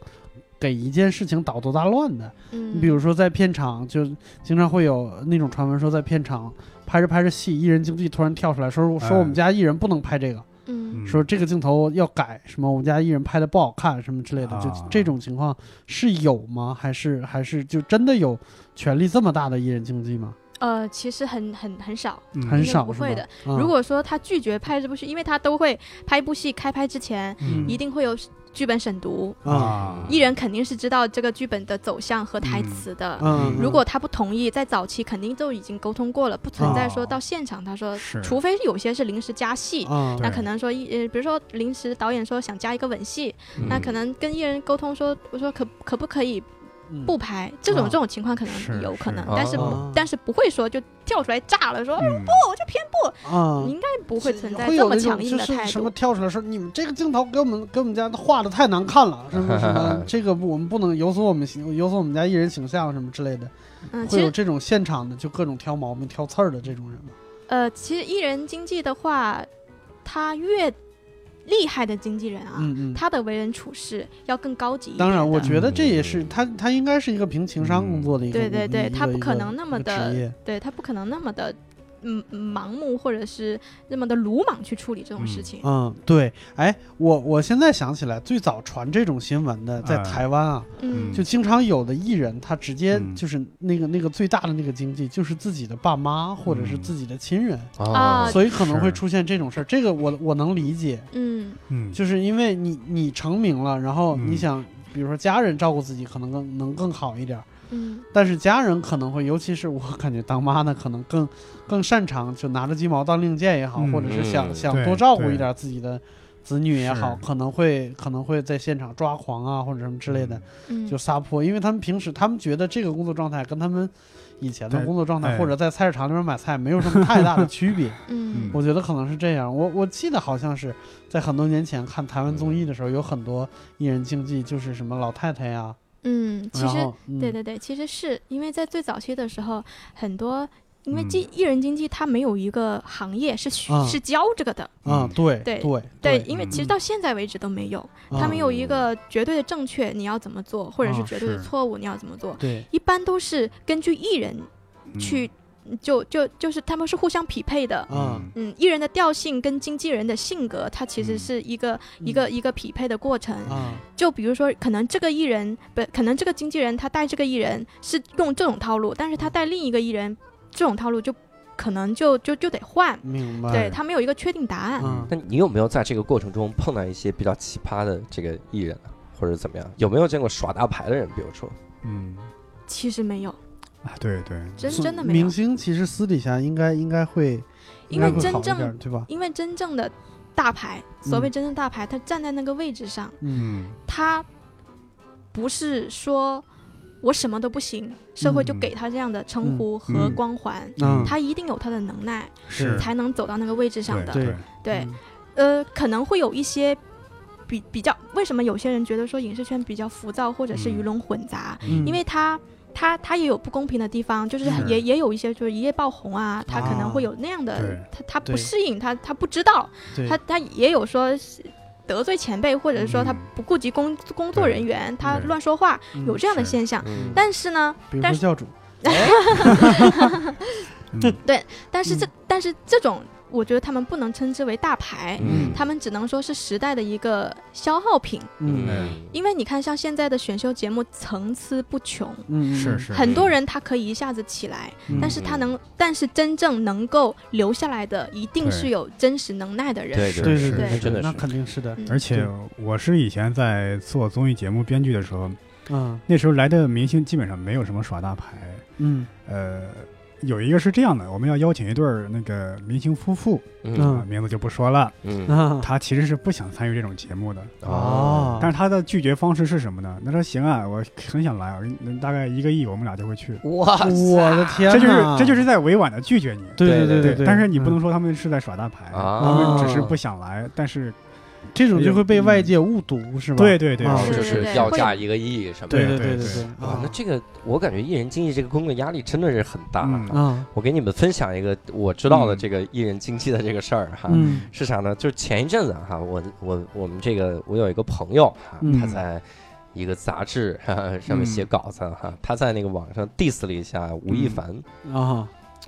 给一件事情捣多大乱的。嗯，你比如说在片场，就经常会有那种传闻说，在片场拍着拍着戏，艺人经济突然跳出来说说我们家艺人不能拍这个，嗯，嗯说这个镜头要改什么，我们家艺人拍的不好看什么之类的，就啊这种情况是有吗？还是还是就真的有权力这么大的艺人经济吗？呃，其实很很很少，嗯很应该少不是吧会的？啊如果说他拒绝拍这部戏，因为他都会拍一部戏开拍之前嗯一定嗯会有剧本审读，啊啊，艺人肯定是知道这个剧本的走向和台词的。嗯，如果他不同意，在早期肯定都已经沟通过了，不存在说哦到现场他说，是除非有些是临时加戏。啊那对可能说一呃，比如说临时导演说想加一个吻戏，嗯那嗯可能跟艺人沟通说，我说可可不可以不拍？这种啊这种情况可能是有可是能，但是哦但是不会说就跳出来炸了说，嗯我就偏啊你应该不会存在会这有么那种强硬的就是态什么度。跳出来说你们这个镜头给我们给我们家画的太难看了，什么什 么这个不我们不能有损我们形有损我们家艺人形象什么之类的，嗯，其会有实这种现场的就各种挑毛病挑刺儿的这种人吗？呃，其实艺人经纪的话，他越厉害的经纪人啊，嗯嗯。他的为人处事要更高级一点的。当然，我觉得这也是他，他应该是一个凭情商工作的一个，对对对一个他不可能那么一个的职业。对他不可能那么的嗯盲目或者是那么的鲁莽去处理这种事情。嗯，对，哎，我我现在想起来，最早传这种新闻的，在哎台湾啊，嗯，就经常有的艺人，他直接嗯就是那个那个最大的那个经济，就是自己的爸妈或者是嗯自己的亲人，啊所以可能会是出现这种事儿。这个我我能理解，嗯嗯，就是因为你你成名了，然后你嗯想，比如说家人照顾自己，可能更能更好一点儿。嗯但是家人可能会，尤其是我感觉当妈的可能更更擅长，就拿着鸡毛当令箭也好，嗯或者是想嗯想对多照顾对一点自己的子女也好，是可能会可能会在现场抓狂啊，或者什么之类的，嗯，就撒泼，因为他们平时他们觉得这个工作状态跟他们以前的对工作状态对或者在菜市场里面买菜没有什么太大的区 别，嗯我觉得可能是这样。我我记得好像是在很多年前看台湾综艺的时候，有很多艺人经纪就是什么老太太呀、嗯，其然实后嗯对对对，其实是因为在最早期的时候，很多因为嗯经艺人经纪它没有一个行业是学啊是教这个的，嗯对对对对，因为其实嗯到现在为止都没有，啊它没有一个绝对的正确你要怎么做，或者是啊绝对的是错误你要怎么做，对一般都是根据艺人去，就就就是他们是互相匹配的。啊嗯嗯嗯，艺人的调性跟经纪人的性格，它其实嗯是一个、一个一个匹配的过程。啊就比如说，可能这个艺人不，可能这个经纪人他带这个艺人是用这种套路，但是他带另一个艺人这种套路就可能就就就得换，明白对他没有一个确定答案。哎嗯那你有没有在这个过程中碰到一些比较奇葩的这个艺人啊，或者怎么样？有没有见过耍大牌的人？比如说，嗯，其实没有，啊对对，真所以真的没有明，星其实私底下应该应该会，应因该为会真好一正点嗯对吧？因为真正的大牌，所谓真正大牌，他站在那个位置上，嗯，他不是说我什么都不行，社会就嗯给他这样的称呼和嗯光环，嗯，他一定有他的能耐，是才能走到那个位置上的。对嗯对，对，呃，可能会有一些比比较，为什么有些人觉得说影视圈比较浮躁，或者是鱼嗯龙混杂？嗯因为他他他也有不公平的地方，就是是也也有一些就是一夜爆红啊，他可能会啊有那样的对，他他不对适应，他他不知道，对他他也有说是得罪前辈，或者说他嗯不顾及工工作人员，他对乱说话，嗯有这样的是现象。嗯但是呢，比如但说是教主，嗯但是这、但是这种，我觉得他们不能称之为大牌，嗯他们只能说是时代的一个消耗品。嗯嗯嗯因为你看，像现在的选秀节目层次不穷，嗯是，是，很多人他可以一下子起来，嗯但是他能，但是真正能够留下来的，一定对是有真实能耐的人。对对是对对，真的那是肯定是的，嗯而且对我是以前在做综艺节目编剧的时候，嗯那时候来的明星基本上没有什么耍大牌。嗯呃，有一个是这样的，我们要邀请一对儿那个明星夫妇，嗯啊名字就不说了。嗯啊他其实是不想参与这种节目的，哦，但是他的拒绝方式是什么呢？他说：“行啊，我很想来，我给你大概一个亿，我们俩就会去。哇塞我的天哪，这就是这就是在委婉的拒绝你。对对对对对但是你不能嗯说他们是在耍大牌，啊他们只是不想来。但是，这种就会被外界误读是吧？嗯对对对，啊对就对是对要会价一个亿什么对的对。对对对对哇，啊那这个我感觉艺人经纪这个工作压力真的是很大。嗯啊我给你们分享一个我知道的嗯这个艺人经纪的这个事儿哈，嗯是啥呢？就是前一阵子哈，我我我们这个我有一个朋友哈，嗯他在一个杂志哈上面嗯写稿子哈，他在那个网上 diss 了一下吴亦凡，嗯啊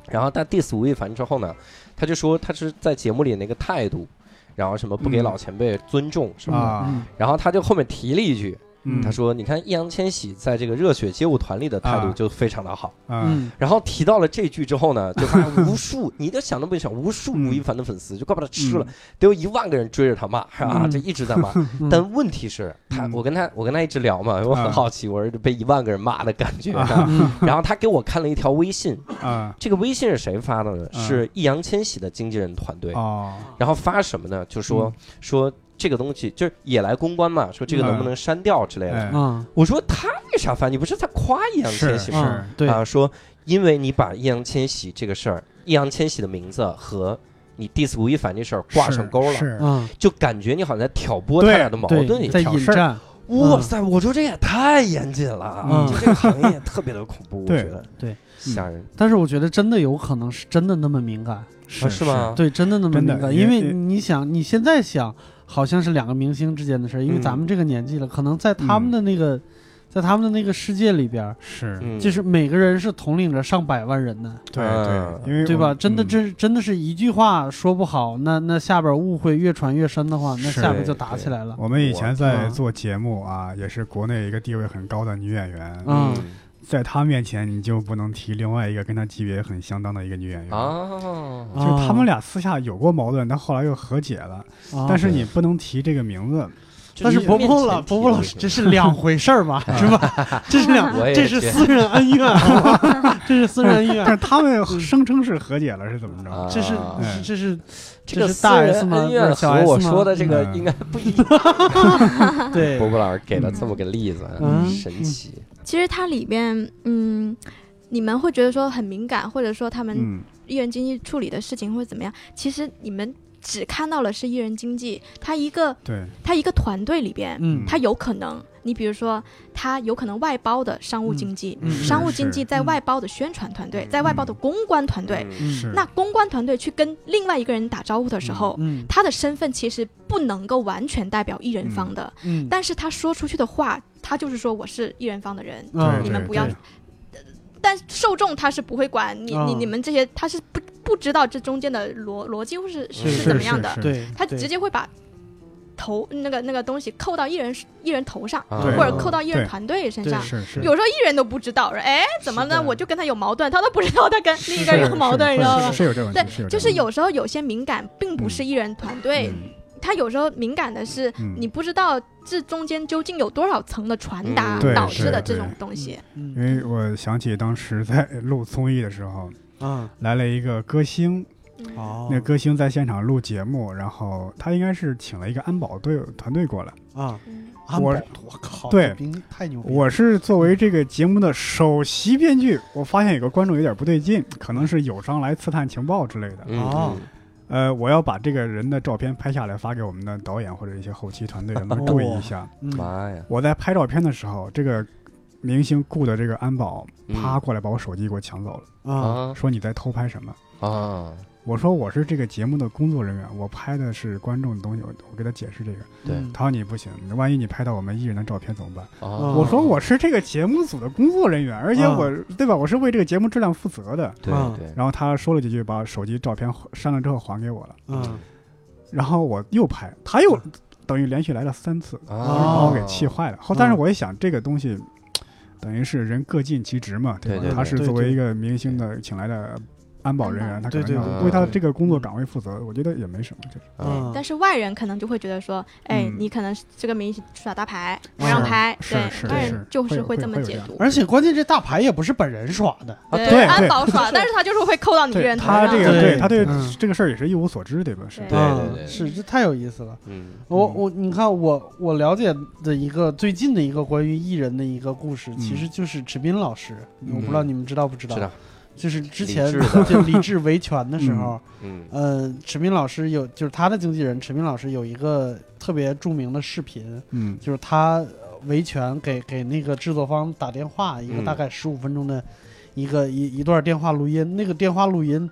然后他 diss 吴亦凡之后呢，他就说他是在节目里那个态度，然后什么不给嗯老前辈尊重什么的，啊嗯然后他就后面提了一句，嗯，他说你看易烊千玺在这个热血街舞团里的态度啊就非常的好。嗯，嗯然后提到了这句之后呢，就发现无数，你都想都不想，无数吴嗯亦凡的粉丝就快把他吃了，得有一万个人追着他骂，是吧？嗯就一直 在骂。嗯但问题是，他嗯我跟他我跟他一直聊嘛，我很啊好奇，我是被一万个人骂的感觉。啊是吧嗯 然后他给我看了一条微信，啊这个微信是谁发的呢？啊是易烊千玺的经纪人团队。哦，嗯然后发什么呢？就说说这个东西就是也来公关嘛，说这个能不能删掉之类的。嗯 哎啊我说他为啥发？你不是在夸易烊千玺是嗯吗？啊对啊，说因为你把易烊千玺这个事儿，易烊千玺的名字和你 diss 吴亦凡这事儿挂上钩了，是啊就感觉你好像在挑拨他俩的矛盾对一在样。挑引事儿战哇塞，我说这也太严谨了，啊嗯就这个行业特别的恐怖，我对觉得对嗯吓人。但是我觉得真的有可能是真的那么敏感，啊是吗？？对，真的那么真的敏感，因因为为你想，你现在想，好像是两个明星之间的事儿，因为嗯咱们这个年纪了，可能在他们的那个，在他们的那个世界里边儿，是，嗯就是每个人是统领着上百万人的，对啊对，因为对吧？我真的，嗯真真的是一句话说不好，那那下边误会越传越深的话，那是下边就对打起来了。我们以前在嗯做节目啊，也是国内一个地位很高的女演员，嗯在她面前你就不能提另外一个跟她级别很相当的一个女演员。嗯啊，就啊是他们俩私下有过矛盾，但后来又和解了。啊但是你不能提这个名字，但是伯伯老伯伯老师，这是两回事儿嘛，是吧？这是两，我也这是觉得私人恩怨，好吧 这是私人恩但怨，是他们嗯声称是和解了，是怎么着？这是啊这是这是 这个这是私大人 S 吗恩不怨是和小 S 我吗说的这个嗯应该不一样。对伯伯老师给了这么个例子，啊嗯神奇。其实它里边，嗯，你们会觉得说很敏感，或者说他们嗯，艺人经济处理的事情或者怎么样，其实你们只看到了是艺人经济，他一个对，他一个团队里边，嗯他有可能，你比如说他有可能外包的商务经济，嗯商务是经济是在嗯外包的宣传团队，在外包的嗯公关团队，嗯，嗯是那公关团队去跟另外一个人打招呼的时候，嗯他的身份其实不能够完全代表艺人方的，嗯，但是他说出去的话，他就是说我是艺人方的人，对嗯你们对不要对但受众他是不会管你、你嗯你们这些，他是不不知道这中间的逻逻辑或是是是怎么是样的，是对，他对直接会把头那个那个东西扣到艺人艺人头上，啊对或者扣到艺人对团队身对上。是是有时候艺人都不知道，说哎怎么是呢？的我就跟他有矛盾，他都不知道他跟另一个人有矛盾，是你知道是吗？是有这种，对是有这种就是有时候有些敏感并不是艺人团队，嗯他有时候敏感的是嗯你不知道这中间究竟有多少层的传达嗯对导致的对这种对东西。因嗯为我想起当时在 录综艺的时候，啊来了一个歌星，嗯哦那歌星在现场录节目，然后他应该是请了一个安保队团队过来。啊，嗯安我保我靠，对这比你太牛逼了，我是作为这个节目的首席编剧，我发现有个观众有点不对劲，可能是友商来刺探情报之类的。嗯哦呃，我要把这个人的照片拍下来发给我们的导演或者一些后期团队，让他们注意一下。嗯嗯妈呀，我在拍照片的时候，这个明星雇的这个安保嗯啪过来把我手机给我抢走了，啊啊说你在偷拍什么？啊！我说我是这个节目的工作人员，我拍的是观众的东西，我我给他解释这个。对嗯他说你不行，万一你拍到我们艺人的照片怎么办？哦嗯我说我是这个节目组的工作人员，而且我、对吧？我是为这个节目质量负责的。对啊对，然后他说了几句，把手机照片删了之后还给我了。啊嗯然后我又拍，他又等于连续来了三次，啊把哦我给气坏了。后，但是我一想，这个东西等于是人各尽其职嘛，吧？对对对他是作为一个明星的请来的安保人员，他可能对对要对为他这个工作岗位负责，我觉得也没什么。就是啊嗯，但是外人可能就会觉得说，哎嗯，你可能是这个明星耍大牌，是不让拍，是是对，外是人就是会有这么会有解这样读。而且关键这大牌也不是本人耍的，对对安对保耍，但是他就是会扣到你艺人头他上。这个对他对嗯这个事儿也是一无所知，对吧？是对对啊对是这太有意思了。嗯我嗯我你看我我了解的一个最近的一个关于艺人的一个故事，嗯其实就是池斌老师，我不知道你们知道不知道？知道就是之前李志的就李志维权的时候，嗯呃，池斌老师有就是他的经纪人池斌老师有一个特别著名的视频，嗯就是他呃维权给给那个制作方打电话，一个嗯大概十五分钟的一个、一一段电话录音，那个电话录音。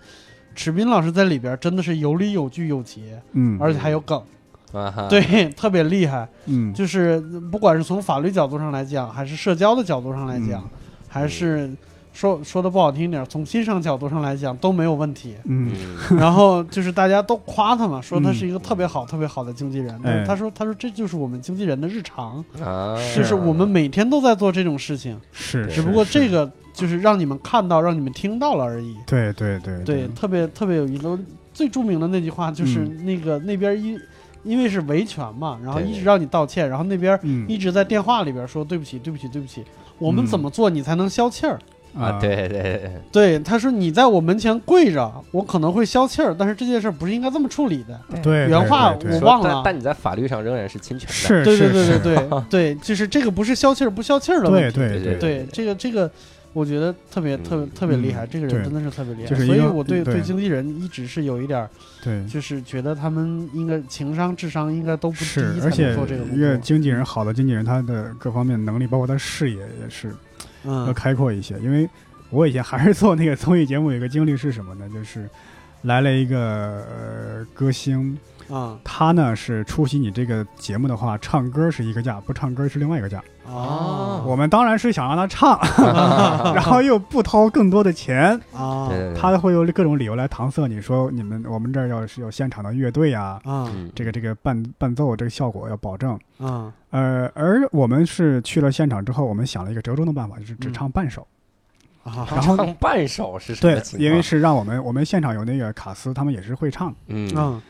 池斌老师在里边真的是有理有据有节，嗯而且还有梗，啊哈，对，特别厉害。嗯。就是呃不管是从法律角度上来讲，还是社交的角度上来讲，还是说说的不好听点儿，从欣赏角度上来讲都没有问题嗯嗯然后就是大家都夸他嘛，说他是嗯一个特别好、特别好的经纪人。但哎是他说，他说这就是我们经纪人的日常，啊，就是我们每天都在做这种事情，是，只不过这个。个就是让你们看到、让你们听到了而已。对对对对，特别特别有意思。最著名的那句话就是那个、那边因因为是维权嘛，然后对一直让你道歉，然后那边嗯一直在电话里边说对不起，对不起，对不起，我们怎么做你才能消气儿？啊，对对对，对，他说你在我门前跪着，我可能会消气儿，但是这件事儿不是应该这么处理的。对原话对对我说忘但了但你在法律上仍然是侵权的，是对是对对是对对对，就是这个不是消气儿不消气儿的问对题。对对对，这个这个，我觉得特别特别嗯特别厉害，嗯这个人对真的是特别厉害就，是一所以个我对对对经纪人一直是有一点儿，对就是觉得他们应该情商智商应该都不低，是，才而能且做这个一工个作。经纪人，好的经纪人，他的各方面能力，包括他视野也是要嗯开阔一些。因为我以前还是做那个综艺节目，有一个经历是什么呢？就是来了一个、呃、歌星，啊他呢是出席你这个节目的话，唱歌是一个价，不唱歌是另外一个价。嗯哦啊我们当然是想让 他唱，然后又不掏更多的钱，啊对对对，他会有各种理由来搪塞你说你们我们这儿要是有现场的乐队呀，啊嗯这个这个伴伴奏这个效果要保证。啊呃，而我们是去了现场之后，我们想了一个折中的办法，就是只嗯唱半首。啊然后唱半首是什么对情，况？因为是让我们我们现场有那个卡斯，他们也是会唱的。嗯嗯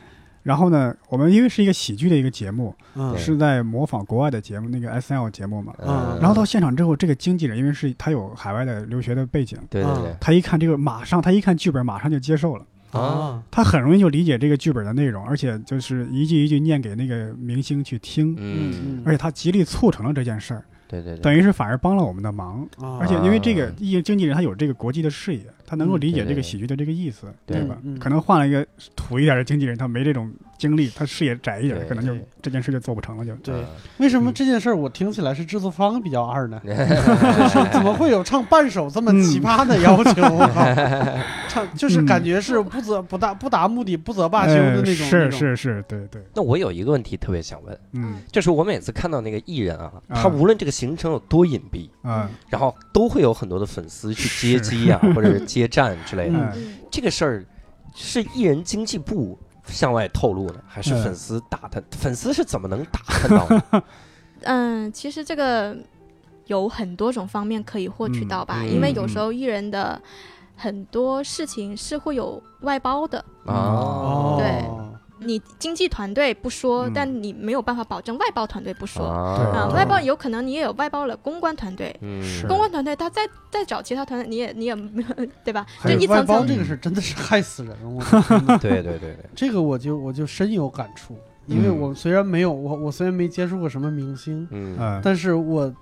然后呢，我们因为是一个喜剧的一个节目，嗯是在模仿国外的节目，那个 S L 节目嘛。嗯，然后到现场之后，这个经纪人因为是他有海外的留学的背景，对对对他一看这个，马上他一看剧本，马上就接受了。啊，他很容易就理解这个剧本的内容，而且就是一句一句念给那个明星去听，嗯，而且他极力促成了这件事儿，对对嗯对，等于是反而帮了我们的忙。啊而且因为这个啊艺经纪人他有这个国际的视野，他能够嗯对理解对这个对喜剧的这个意思，对吧嗯嗯？可能换了一个土一点的经纪人，他没这种经历，他视野窄一点，对可能就对这件事就做不成了，就呃对，为什么这件事儿我听起来是制作方比较二呢？嗯怎么会有唱半首这么嗯奇葩的要求？我靠，唱就是嗯感觉是不择不达不达目的不择罢休的呃那种。那是种，是是，对对，那我有一个问题特别想问，嗯就是我每次看到那个艺人啊，啊他无论这个行程有多隐蔽，嗯啊然后都会有很多的粉丝去接机啊，或者是接站之类的。嗯嗯这个事儿是艺人经济部向外透露的，还是嗯粉丝打探？粉丝是怎么能打探到 的？嗯，其实这个有很多种方面可以获取到吧，嗯因为有时候艺人的很多事情是会有外包的，啊，哦嗯哦对你经纪团队不说，嗯但你没有办法保证外包团队不说。对啊啊，外包有可能你也有外包了公关团队，嗯是公关团队他再再找其他团队，你也你也对吧？还就有一外层包层这个事儿真的是害死人，我的天哪 对对对对，这个我就我就深有感触，因为嗯我虽然没有我我虽然没接触过什么明星，嗯嗯但是我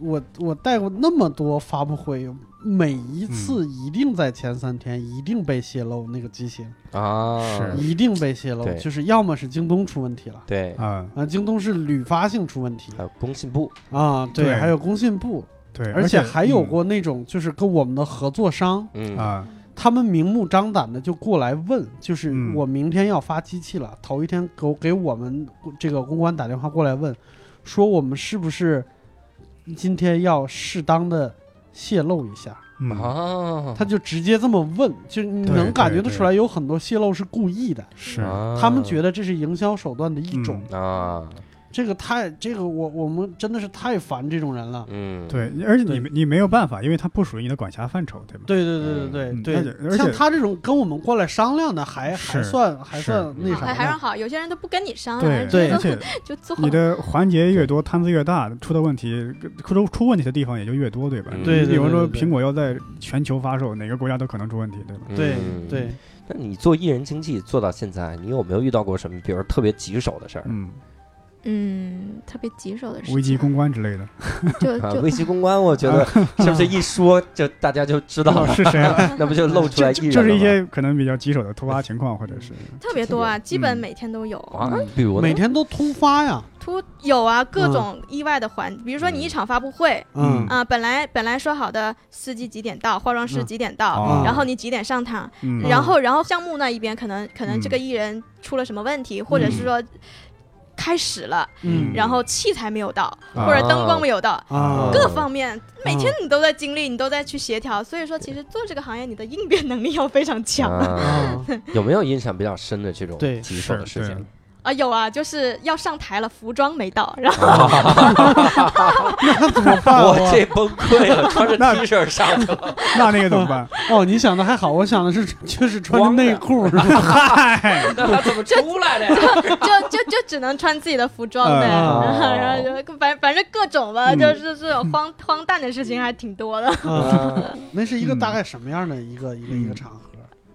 我我带过那么多发布会，每一次一定在前三天、一定被泄露那个机型，啊，是一定被泄露，对就是要么是京东出问题了。对，啊，啊，京东是屡发性出问题还有工信部，啊，对，对还有工信部，对，而且还有嗯过那种就是跟我们的合作商，嗯啊，他们明目张胆的就过来问，就是嗯我明天要发机器了，头一天给我给我们这个公关打电话过来问，说我们是不是今天要适当的泄露一下，嗯啊，他就直接这么问，就你对能感觉对得对出来有很多泄露是故意的，是嗯他们得觉得这是营销手段的啊一种，啊，这个太这个我我们真的是太烦这种人了。嗯，对，而且对你没你没有办法，因为它不属于你的管辖范畴，对吗？对对对对嗯对而对，且像而且他这种跟我们过来商量的还，还是算还算是那好啊还啥还呢让好，有些人都不跟你商对量，对就而且就 做。你的环节越多，摊子越大，出的问题出出问题的地方也就越多，对吧？嗯你对对比对如说对对苹果要在全球发售，哪个国家都可能出问题，对吧？对嗯对，那你做艺人经济做到现在，你有没有遇到过什么，比如特别棘手的事儿？嗯，嗯，特别棘手的事情，危机公关之类的，就啊，就 危机公关，我觉啊得是不是一说就大家就知道到了，是谁 了？ 那不就露出来艺人就了是一吗些可能比较棘手的突发情况，或者是特 别多啊，基本嗯每天都有。啊，比如呢每天都突发呀，突有啊，各种意外的环，比如说你一场发布会嗯嗯啊，本来本来说好的司机几点到，化妆师嗯几点到，啊然后你几点上场，哦嗯然后然后项目那一边可能可能嗯这个艺人出了什么问题，或者是说开始了，嗯嗯然后器材没有到，啊或者灯光没有到。啊，各各方面，每天你都在经历，你都在去协调，所以说其实做这个行业，你的应变能力要非常强嗯啊啊，啊 有没有印象比较深的这种对棘手的是事对情？有啊，就是要上台了，服装没到，然后怎么办？我我这崩溃了，穿着那 T 恤上去 了，那那个怎么办？哦，你想的还好，我想的是就是穿着光着内 裤是吧？嗨，那他怎么出来的呀？就就就只能穿自己的服装呗， 然后啊然后就反反正各种吧，嗯就是这种荒荒诞的事情还挺多的，啊，啊，那是一个嗯大概什么样的一个一个一个场合？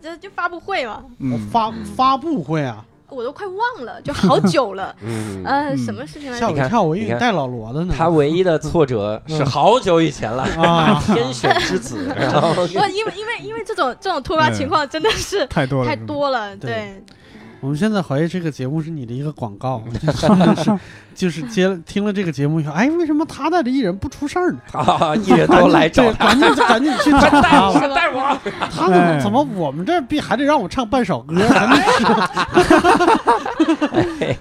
就就发布会嘛，我嗯，发发布会啊，我都快忘了，就好久了嗯，呃，嗯什么事情来吓我？着你一看跳，我以你为看带老罗的呢。他唯一的挫折是嗯好久以前了，啊天选之子，然后我因为因为因为这种这种突发情况真的是太多了，太多了，对对，我们现在怀疑这个节目是你的一个广 告，就是接了听了这个节目以后，哎，为什么他带着艺人不出事儿呢？啊，艺人 都来找对他，赶紧赶紧 去快带找他我， 吧。带我，他怎么怎么我们这儿必还得让我唱半首歌？咱们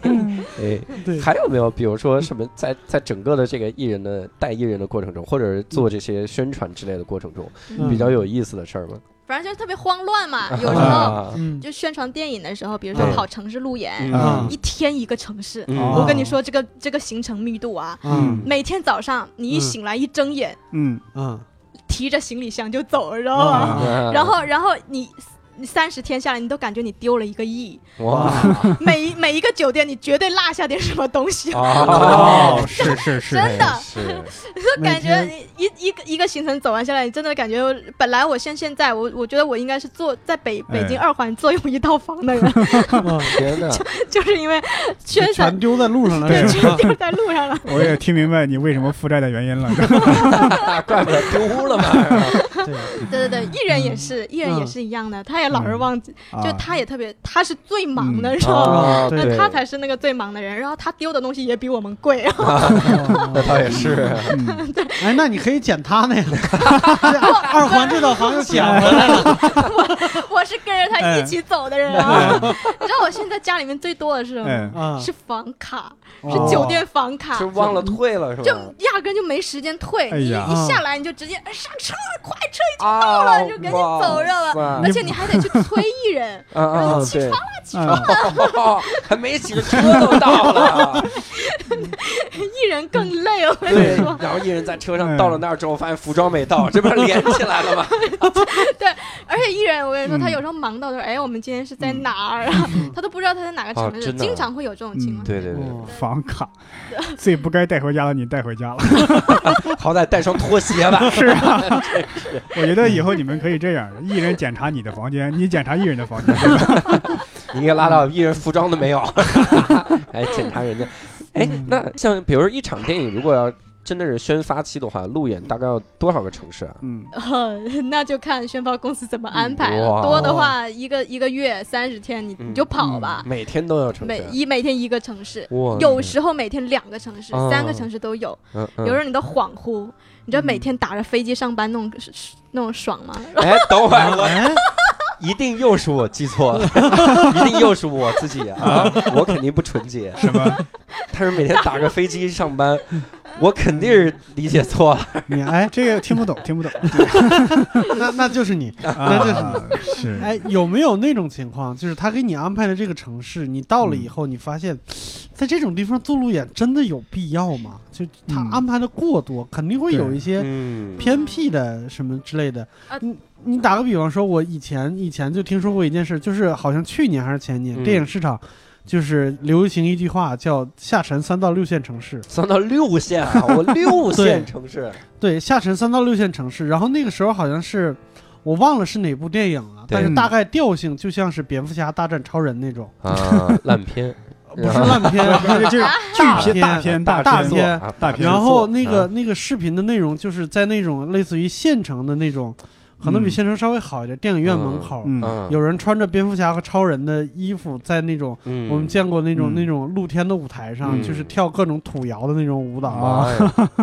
嗯哎，对还有没有？比如说什么在，在整个的这个艺人的带艺人的过程中，或者是做这些宣传之类的过程中，嗯比较有意思的事儿吗？反正就是特别慌乱嘛。有时候啊，嗯就宣传电影的时候，比如说对跑城市路演，啊啊一天一个城市。嗯哦我跟你说，这个这个行程密度啊，嗯每天早上你一嗯醒来一睁眼，嗯嗯提着行李箱就走了，知道吗？啊嗯然后，然后你你三十天下来，你都感觉你丢了一个亿。哇，每一每一个酒店，你绝对落下点什么东西，哦，是是是，真的。 是，就感觉每你一一个一个行程走完下来，你真的感觉，本来我现现在我我觉得我应该是坐在北哎北京二环坐拥一套房的人， 嗯，天哪，就是因为宣传全丢在路上了，对是吧全丢在路上了。我也听明白你为什么负债的原因了。怪不得丢 了嘛。对， 对对对，艺人也是，艺人也是一样的，他也老是忘记，就啊他也特别，他是最忙的，嗯知道吗？啊哦对那他才是那个最忙的人，然后他丢的东西也比我们贵，那倒也是，嗯哎，那你可以捡他那 个二二环这道行就捡回来了。 我是跟着他一起走的人哎哎啊！你知道我现在家里面最多的是什么吗？嗯，啊，哦是房卡，是哦酒店房卡就，忘了退了是嗯就吧？压根就没时间退。哎你呀一下来你就直接哎上车，快车！啊，了就赶紧走知道吧而且你还得去催 艺人，啊啊，对，啊 哦还没几个车都到 了，啊艺人更累。我跟对你说，，然后一人在车上到了那儿之后，发现服装没到，这不是连起来了吗？而且艺人我跟你说，嗯他有时候忙到就是哎，我们今天是在哪儿啊？他都不知道他在哪个城嗯啊市，真的啊经常会有这种情况。对对对，哦房卡，最不该带回家的你带回家了。好歹带双拖鞋吧。是啊， 我觉得以后你们可以这样：一人检查你的房间，你检查一人的房间。你给拉倒，一人服装都没有， 还检查人家。哎，那像比如说一场电影，如果要真的是宣发期的话，路演大概要多少个城市啊？嗯，呃， 那就看宣发公司怎么安排嗯哇了。多的话，一个一个月三十天，你嗯你就跑吧。每天都要城每市啊？一每天一个城市，哇，有时候每天两个城市哦，三个城市都有。嗯嗯有时候你都恍惚，你知道每天打着飞机上班那种嗯那种爽吗？哎，等会儿我哎，一定又是我记错了， 一定又是我自己啊！我肯定不纯洁，什么？他是每天打个飞机上班，我肯定是理解错了。你哎，这个听不懂，听不懂。那那就是你。啊，是哎，有没有那种情况，就是他给你安排的这个城市，你到了以后，你发现，在这种地方做路演真的有必要吗？就他嗯安排的过多，肯定会有对一些嗯偏僻的什么之类的啊。你你打个比方说，我以前以前就听说过一件事，就是好像去年还是前年，嗯电影市场就是流行一句话叫“下沉三到六线城市算到六线啊，我六线城市，”。对，下沉三到六线城市。然后那个时候好像是我忘了是哪部电影了，对但是大概调性就像是蝙蝠侠大战超人那种，啊，烂 片不是烂片，这这哎大巨片嗯 大片大大片片。啊大片嗯然后那个那个视频的内容就是在那种类似于县城的那种，可能比嗯县城稍微好一点，电影院门口，嗯嗯，有人穿着蝙蝠侠和超人的衣服，在那种嗯我们见过那种嗯那种露天的舞台上，嗯就是跳各种土窑的那种舞蹈。啊妈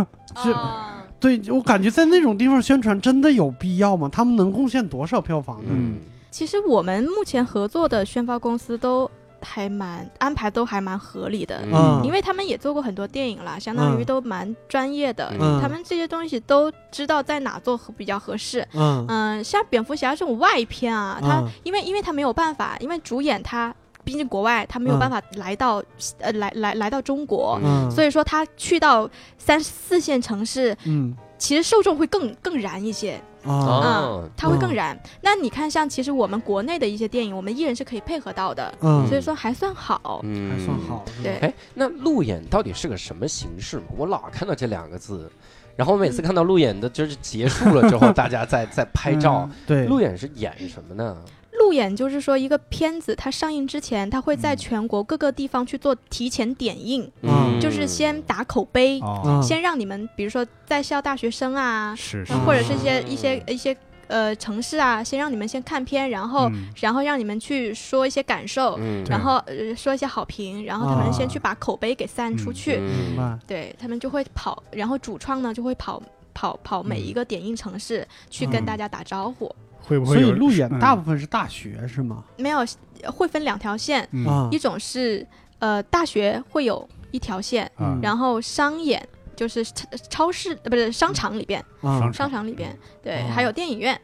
呀是啊，对，我感觉在那种地方宣传真的有必要吗？他们能贡献多少票房呢？嗯嗯其实我们目前合作的宣发公司都还蛮安排都还蛮合理的，嗯嗯，因为他们也做过很多电影啦，相当于嗯都蛮专业的，嗯他们这些东西都知道在哪做合比较合适。嗯嗯、像蝙蝠侠这种外片啊，他、嗯因为因为他没有办法，因为主演他毕竟国外，他没有嗯办法来到、呃来来来到中国，嗯，所以以说他去到三四线城市，嗯其实受众会更更燃一些，啊啊他会更嗯燃。那你看，像其实我们国内的一些电影，我们艺人是可以配合到的，嗯，所以说还算好。嗯还算好。是吧对，哎，那路演到底是个什么形式嘛？我老看到这两个字，然后我每次看到路演的，就是结束了之后，大家在在拍照。对，路演是演什么呢？路演就是说，一个片子它上映之前，它会在全国各个地方去做提前点映，嗯就是先打口碑，哦，嗯先让你们，比如说在校大学生啊，是是嗯，或者是一些一些一些呃城市啊，先让你们先看片，然后、嗯然后让你们去说一些感受，嗯，对然后、呃、说一些好评，然后啊他们先去把口碑给散出去，嗯明白。对他们就会跑，然后主创呢就会跑跑跑每一个点映城市、去嗯跟大家打招呼，会不所会以有路演嗯大部分是大学是吗？没有呃会分两条线，嗯啊一种是呃大学会有一条线，啊嗯然后商演就是超超市呃不是商场里边，啊商！商场里边对，哦还有电影院，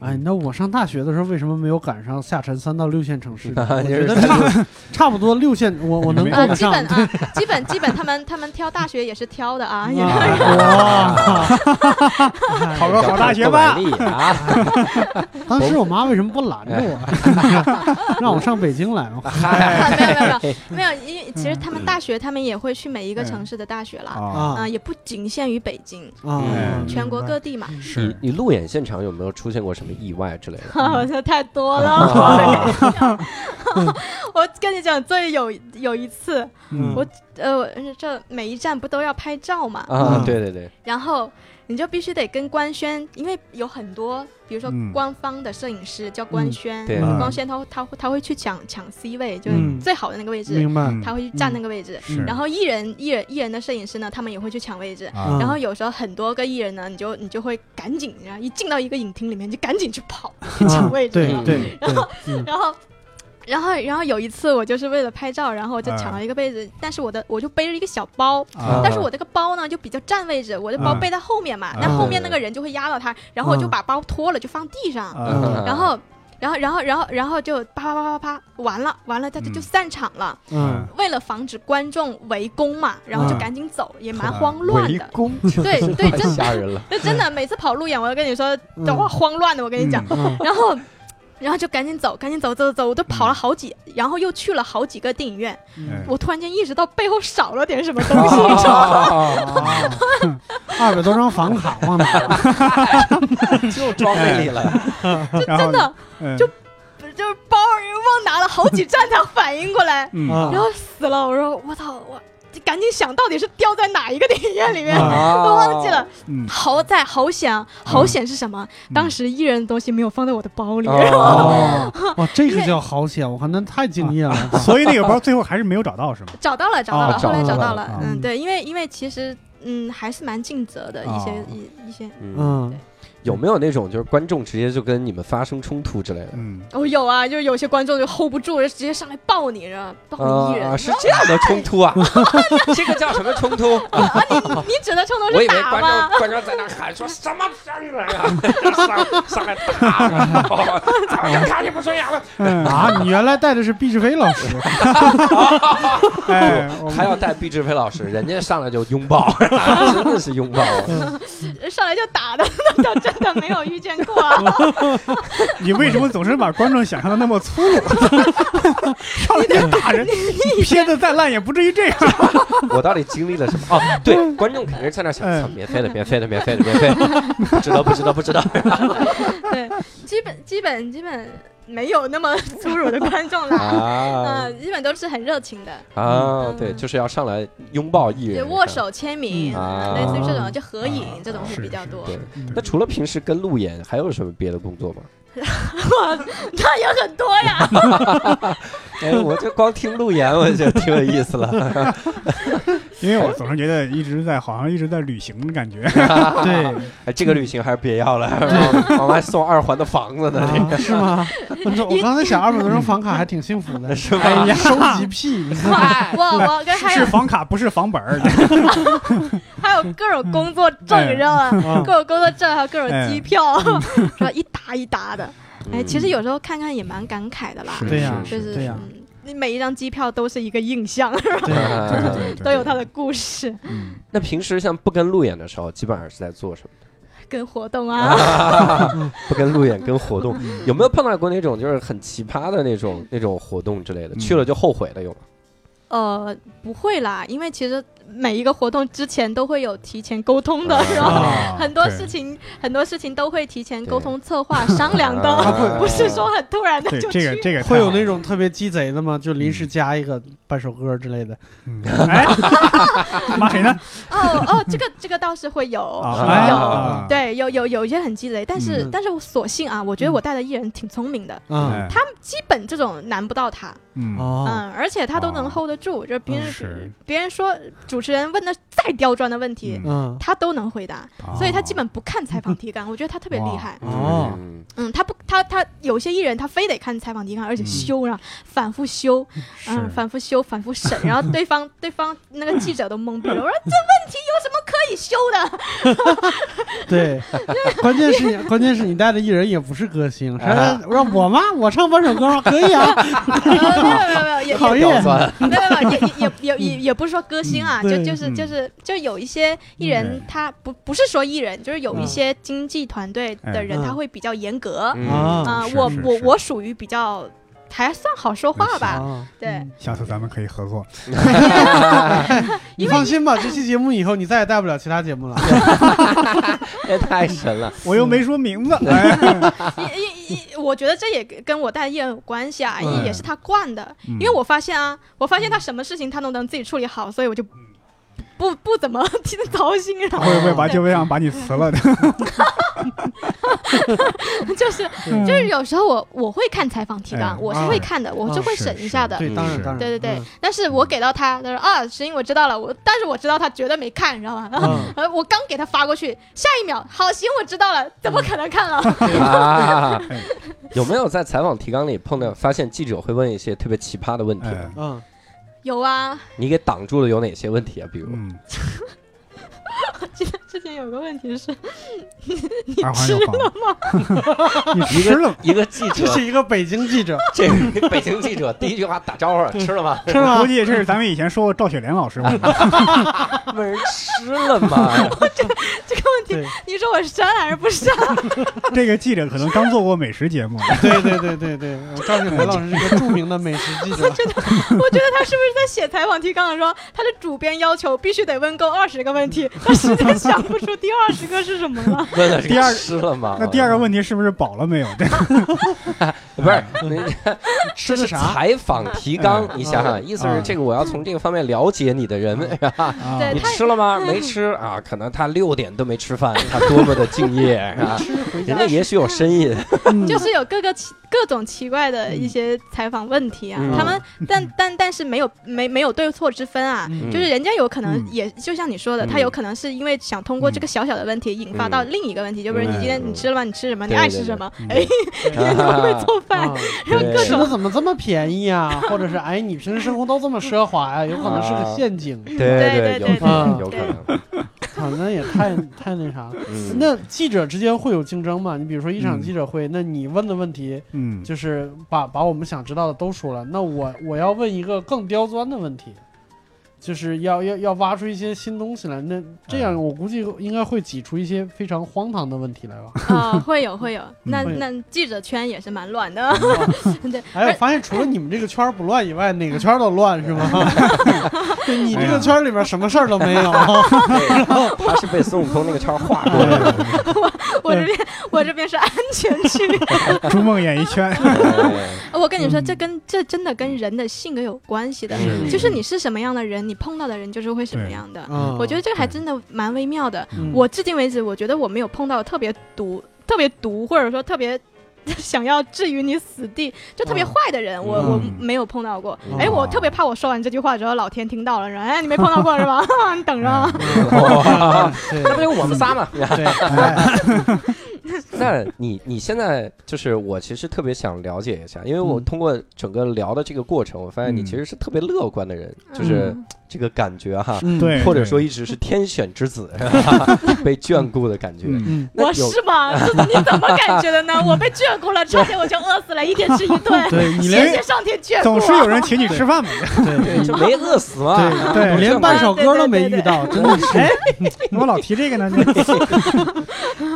哎，那我上大学的时候为什么没有赶上下沉三到六线城市呢？我就觉是得差差不多六线，我我能没够呃得基上。本啊基本基本他们他们挑大学也是挑的啊，也哇！ 考个好大学吧购买力 啊！当时我妈为什么不拦着我，让我 上北京来？ 没有没有没有没有，因为其实他们大学他们也会去每一个嗯城市的大学啦，啊啊、啊也不仅限于北京，啊！嗯全国各地嘛，你是你路演现场有没有出现过什么意外之类的？ 我说太多了。啊 我跟你讲，最有有一次，嗯我呃，这每一站不都要拍照嘛，啊，嗯对对对，然后你就必须得跟官宣，因为有很多，比如说嗯官方的摄影师叫官宣，对嗯光宣他他他会去抢抢 C 位，就是嗯最好的那个位置，明白。嗯他会去占那个位置。是，然后艺人艺人艺人的摄影师呢，他们也会去抢位置。啊然后有时候很多个艺人呢，你就你就会赶紧，然后一进到一个影厅里面就赶紧去跑嗯去抢位置对了。对对，然后，然后，然后有一次我就是为了拍照，然后我就抢哎了一个位置，但是我的我就背着一个小包，啊但是我这个包呢就比较占位置，我的包嗯背在后面嘛，嗯那后面那个人就会压到他，然后我就把包脱了就放地上，啊然后。然后，然后，然后，然后就啪啪啪啪啪，完了，完了，他就嗯就散场了。嗯，为了防止观众围攻嘛，然后就嗯赶紧走，也蛮慌乱的。攻，对对，太真 吓人了。这真的，每次跑路演，我就跟你说，哇，慌乱的，我跟你讲。嗯然后，然后就赶紧走，赶紧走，走走，我都跑了好几，然后又去了好几个电影院。嗯我突然间意识到背后少了点什么东西，你知道吗？二百多张房卡忘了。就装那里了， 然后真的，嗯，就不是就是包儿忘拿了好几站才反应过来 嗯啊然后死了。我说我操，我赶紧想到底是掉在哪一个电影院里面。啊都忘记了，嗯，好在好险啊，好险是什么？嗯当时艺人的东西没有放在我的包里，哦，哇，这个叫好险！我靠，那太敬业了。嗯所以那个包最后还是没有找到，是吗？ 找到了，找到了，哦后来找找到到了了啊。嗯，对，因为因为其实嗯还是蛮尽责的哦一些一一些。嗯，嗯，有没有那种就是观众直接就跟你们发生冲突之类的？嗯，哦，有啊，就有些观众就 hold 不住，就直接上来抱你，然后抱你一人。啊，是这样的冲突啊， 这个叫什么冲突？啊，你你指的冲动我以是为打观吗？众观众在那喊说什么商人啊，上上来打 我，早就看你不顺眼了，啊，你原来带的是毕志飞老师，哎，我还要带毕志飞老师，人家上来就拥 抱， 真的是拥抱啊，嗯上来就打的， 那倒真的没有遇见过、 啊。你为什么总是把观众想象的那么粗鲁？上来就打人，片子再烂也不至于这样。我到底经历了什么？哦，对，观众肯定是在那想，嗯操，免费的，免费的，免费的，免费的，不知道，不知道，不知道。 对，基本基本基本没有那么粗鲁的观众啦。嗯、啊基本都是很热情的，啊，对，嗯就是要上来拥抱艺就人，握。手、签名，嗯啊类似于这种，就合影、啊这种会比较多。对，那除了平时跟路演，还有什么别的工作吗？ 那也很多呀， 哎，我就光听路演，我就挺有意思了。 因为我总是觉得一直在，好像一直在旅行的感觉。对，哎，这个旅行还是别要了，嗯 往往外送二环的房子呢，啊是吗？ 我我刚才想二百多张房卡还挺幸福这个的，是吧？哎呀，收集癖，你 看我 我我跟还是有房卡，不是房本儿。还有各种工作证，你知道吗？啊 各种工作证，还有各嗯哎嗯种机票， 说一沓一沓的。哎，其实有有时候看看也蛮感慨的啦。是对呀就是对呀嗯你每一张机票都是一个印象，对对对对对， 都有它的故事嗯那平时像不跟路演的时候，基本上是在做什么？跟活动啊。 不跟路演，跟活动，嗯有没有碰到过那种就是很奇葩的那种那种活动之类的？嗯去了就后悔的有吗？呃，不会啦，因为其实每一个活动之前都会有提前沟通的，然后啊很多对事情很多事情都会提前沟对通、策划、商量的，啊 不是说很突然的对就这去个这个会有太那种特别鸡贼的吗？就临时加一个半首歌之类的。嗯哎，骂谁呢？哦哦，这个这个倒是会有。是哎有啊，对，有有有一些很鸡贼，但是、嗯但是我所幸啊，我觉得嗯我带的艺人挺聪明的，嗯，他基本这种难不到他。哎嗯哦，嗯，而且他都能哦 hold 得住，就是别人、是别人说主持人问的再刁钻的问题，嗯哦嗯，他都能回答，所以他基本不看采访题干，我觉得他特别厉害。哦嗯嗯，他不，他他有些艺人他非得看采访题干，而且嗯修，然后反复修，嗯，是反复修，反 复审，然后对方对方那个记者都懵逼了，我说这问题有什么可以修的？ 对， 关键是你关键是你带的艺人也不是歌星，啥啊让我妈我唱半首歌吗？可以啊，没有没有没有，也讨也厌刁钻 没有没有，也也也也也不是说歌星啊，嗯就对就是嗯就是就有一些艺对人，他不不是说艺人，就是有嗯一些经纪团队的人，嗯他会比较严格哦嗯啊啊。是我是我是我属于比较还算好说话吧，啊对，下次咱们可以合作。你放心吧，这期节目以后你再也带不了其他节目 了。这哎太神 了，我又没说名字，哎因因因我觉得这也跟我带艺人有关系啊，嗯也也是他惯的。 因为我发现啊，我发现他什么事情他都能自己处理好，所以我就不不怎么 替他操心，然后哎嗯会不会把就会让把你辞 了？就是就是有时候我我会看采访提嗯哎啊纲，我是会看的，我是会是审是一下的。对，当然当然，对对对嗯，，但是我给到他，他说啊，石英我知道了，我但是我知道他绝对没看，你知道吗？然后嗯 呃，我刚给他发过去，下一秒，好，行，我知道了，怎嗯么可能 看了？啊哎有没有在采访提纲里碰到发现记者会问一些特别奇葩的问题？哎嗯，有啊，你给挡住了有哪些问题啊？比如，嗯，记得 之前有个问 题是，二环有房，你一吃了个一个记 者这，是一个北京记者， 这个北京记者第一句话打招 呼，吃了 啊吗？是吗？吗估？计这是咱们以前说过赵雪莲老师 问的，问人吃了吗？ 这个问 题，对你说我删还是不删？ 这个记者可能刚做过美食节目，对对对对对，呃赵雪莲老师是一个著名的美食记 者，我觉得他是不是在写采访提纲的时候，他的主编要求必须得问够二十个问题，他实在想不出第二十个是什么了。问了是第二吃了吗？那第二个问题是不是饱了没有？这不是，人家吃的啥？采访提纲，嗯你想想，嗯意思是嗯这个我要从这个方面了解你的人，啊对你哎他嗯吃了吗？没吃啊，可能他六点都没吃饭，他多么的敬业 啊！ 人家也许有深意，嗯就是有各个奇各种奇怪的一些采访问题啊，嗯他们但但但是没有没没有对错之分啊，嗯 就是 人家有可能嗯也、就像你说的，嗯他有可能是因为想通过这个小小的问题引发到另一个问题，就比如你今天嗯你吃了吗？你吃什么？你对爱吃什么？ 对哎，你怎么会做饭？啊 然后吃的怎么这么便宜啊？ 或者是哎，你平时生活都这么奢 华呀、有可能是个陷阱。对对对有对可能，对有可能。好，那也 太太那啥了。嗯那记者之间会有竞争吗？你比如说一场记者会，那你问的问题嗯，就是把把我们想知道的都说了，那我我要问一个更刁钻的问题，就是要要要挖出一些新东西来。那这样我估计应该会挤出一些非常荒唐的问题来吧。啊、会有会有，那嗯会有那记者圈也是蛮乱的， 对，哎，我发现除了你们这个圈儿不乱以外，哪个圈儿都乱是 吗？对你这个圈儿里边什么事儿都没 有。对他是被孙悟空那个圈儿划过的。我这边我这边是安全区。逐梦演艺 圈，对我跟你说，嗯这跟这真的跟人的性格有关系的，嗯是就是你是什么样的人，你碰到的人就是会什么样哦的。嗯我觉得这个还真的蛮微妙的。嗯我至今为止，我觉得我没有碰到特别毒、特别毒，或者说特别 想要置于你死地，就特别嗯坏的人，我嗯我没有碰到过。嗯哎，我特别怕我说完这句话之后，老天听到了，说哎你没碰到过是吧？ 你嗯等着啊。哇对那不就我们仨吗？ 对，哎 那你你现在就是我，其实特别想了解一下，因为我嗯通过整个聊的这个过程，我发现你嗯其实是特别乐观的人，就是嗯这个感觉哈，嗯对，或者说一直是天选之子，哈哈被眷顾的感觉。嗯嗯，那我有是吗？这你怎么感觉的呢？我被眷顾了，差点我就饿死了，一天吃一顿。对你谢连谢上天眷顾啊。总是有人请你吃饭 嘛，嗯对啊对就没饿死嘛？对对都这连么半首歌都没遇到，真的是。怎么老提这个呢？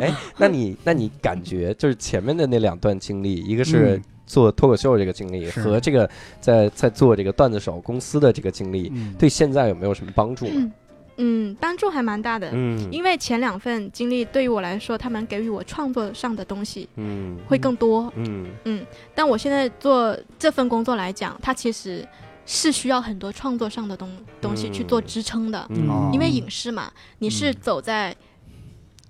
哎，那你那你感觉就是前面的那两段经历，一个是嗯做脱口秀这个经历是和这个在在做这个段子手公司的这个经历，嗯，对现在有没有什么帮助吗？嗯嗯，帮助还蛮大的，嗯因为前两份经历对于我来说，他们给予我创作上的东西嗯会更多，嗯但我现在做这份工作来讲，它其实是需要很多创作上的东东西去做支撑的，嗯哦因为影视嘛，你是走在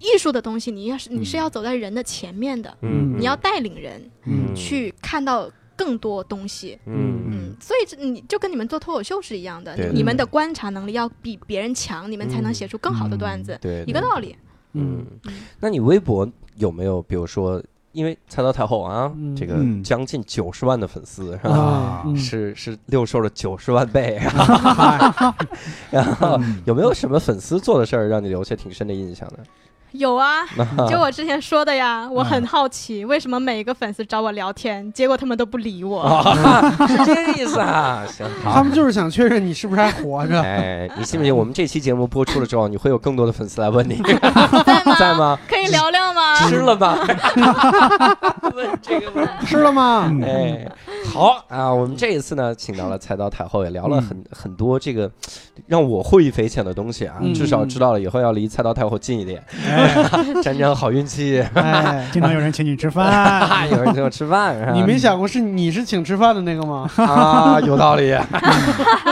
艺术的东西，你要是你是要走在人的前面的，嗯你要带领人嗯去看到更多东西，嗯嗯，所以这你就跟你们做脱口秀是一样的，对嗯你对你们的观察能力要比别人强，你们才能写出更好的段子，对一个道理。嗯嗯，那你微博有没有比如说，因为菜刀太后啊，嗯这个嗯将近九十万的粉丝是吧？啊，嗯是是六兽的九十万 倍，啊嗯然后嗯有没有什么粉丝做的事儿让你留下挺深的印象呢？ 有啊，嗯就我之前说的呀，我很好奇为什么每一个粉丝找我聊天，结果他们都不 理我。是这个意思 啊，行嗯他好。们就是想确认你是不是还活着。哎，你信不信？我们这期节目播出了之后，你会有更多的粉丝来问你 在吗？在吗？可以聊聊吗？吃了 吗？ 问这个问题。吃了吗？ 嗯哎， 好啊！我们这一次呢，请到了菜刀太后，也聊了很、很多这个让我受益匪浅的东西啊。嗯至少知道了以后要离菜刀太后近一点，哎 沾沾好运气。 哎，经常有人请你 吃饭，啊，有人请我吃饭，是吧你没想过是你是请吃饭的那个吗？啊？有道理。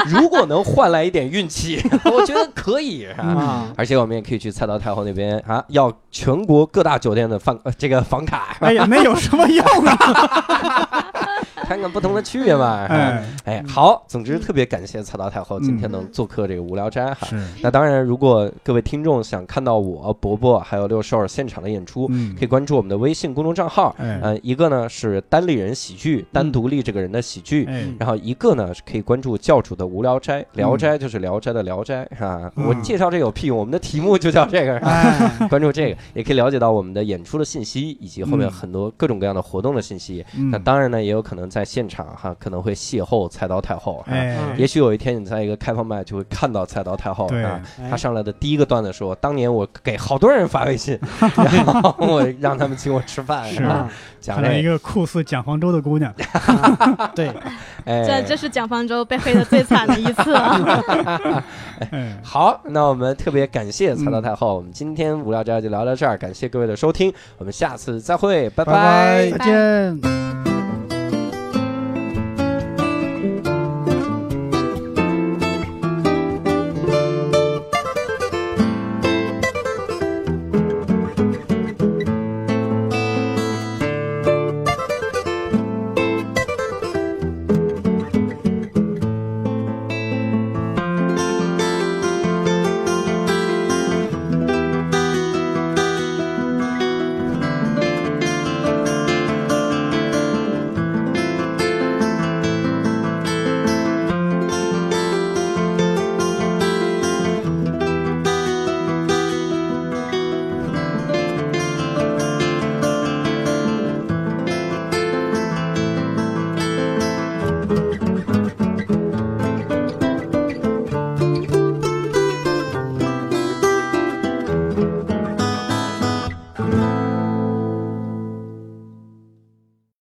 如果能换来一点运气， 我觉得可以啊。啊，而且我们也可以去菜刀太后那边啊，要全国各大酒店的饭呃这个房卡，哎呀，那有什么用 啊？看看不同的区别嘛。是吧哎，哎，好，总之特别感谢菜刀太后今天能做客这个无聊斋哈。是，那当然，如果各位听众想看到我伯伯还有六兽儿现场的演出，嗯可以关注我们的微信公众账号，哎嗯呃，一个呢是单立人喜剧，单独立这个人的喜剧。哎，然后一个呢是可以关注教主的无聊斋，聊斋就是聊斋的聊斋啊。嗯我介绍这有屁用，我们的题目就叫这个。 哎，关注这个也可以了解到我们的演出的信息，以及后面嗯很多各种各样的活动的信息。嗯那当然呢，也有可能在现场哈，可能会邂逅菜刀太后。啊哎，也许有一天你在一个开放麦就会看到菜刀太后对啊，哎他上来的第一个段子说，当年我给好多人发微信，然后我让他们请我吃饭，是啊啊讲看到一这个，个酷似蒋方舟的 姑娘，对，这哎，这是蒋方舟被黑的最惨的一次了。哎，好，那我们特别感谢菜刀太后，我们今天无聊斋就聊到这儿，感谢各位的收听，我们下次再会，拜拜拜再见。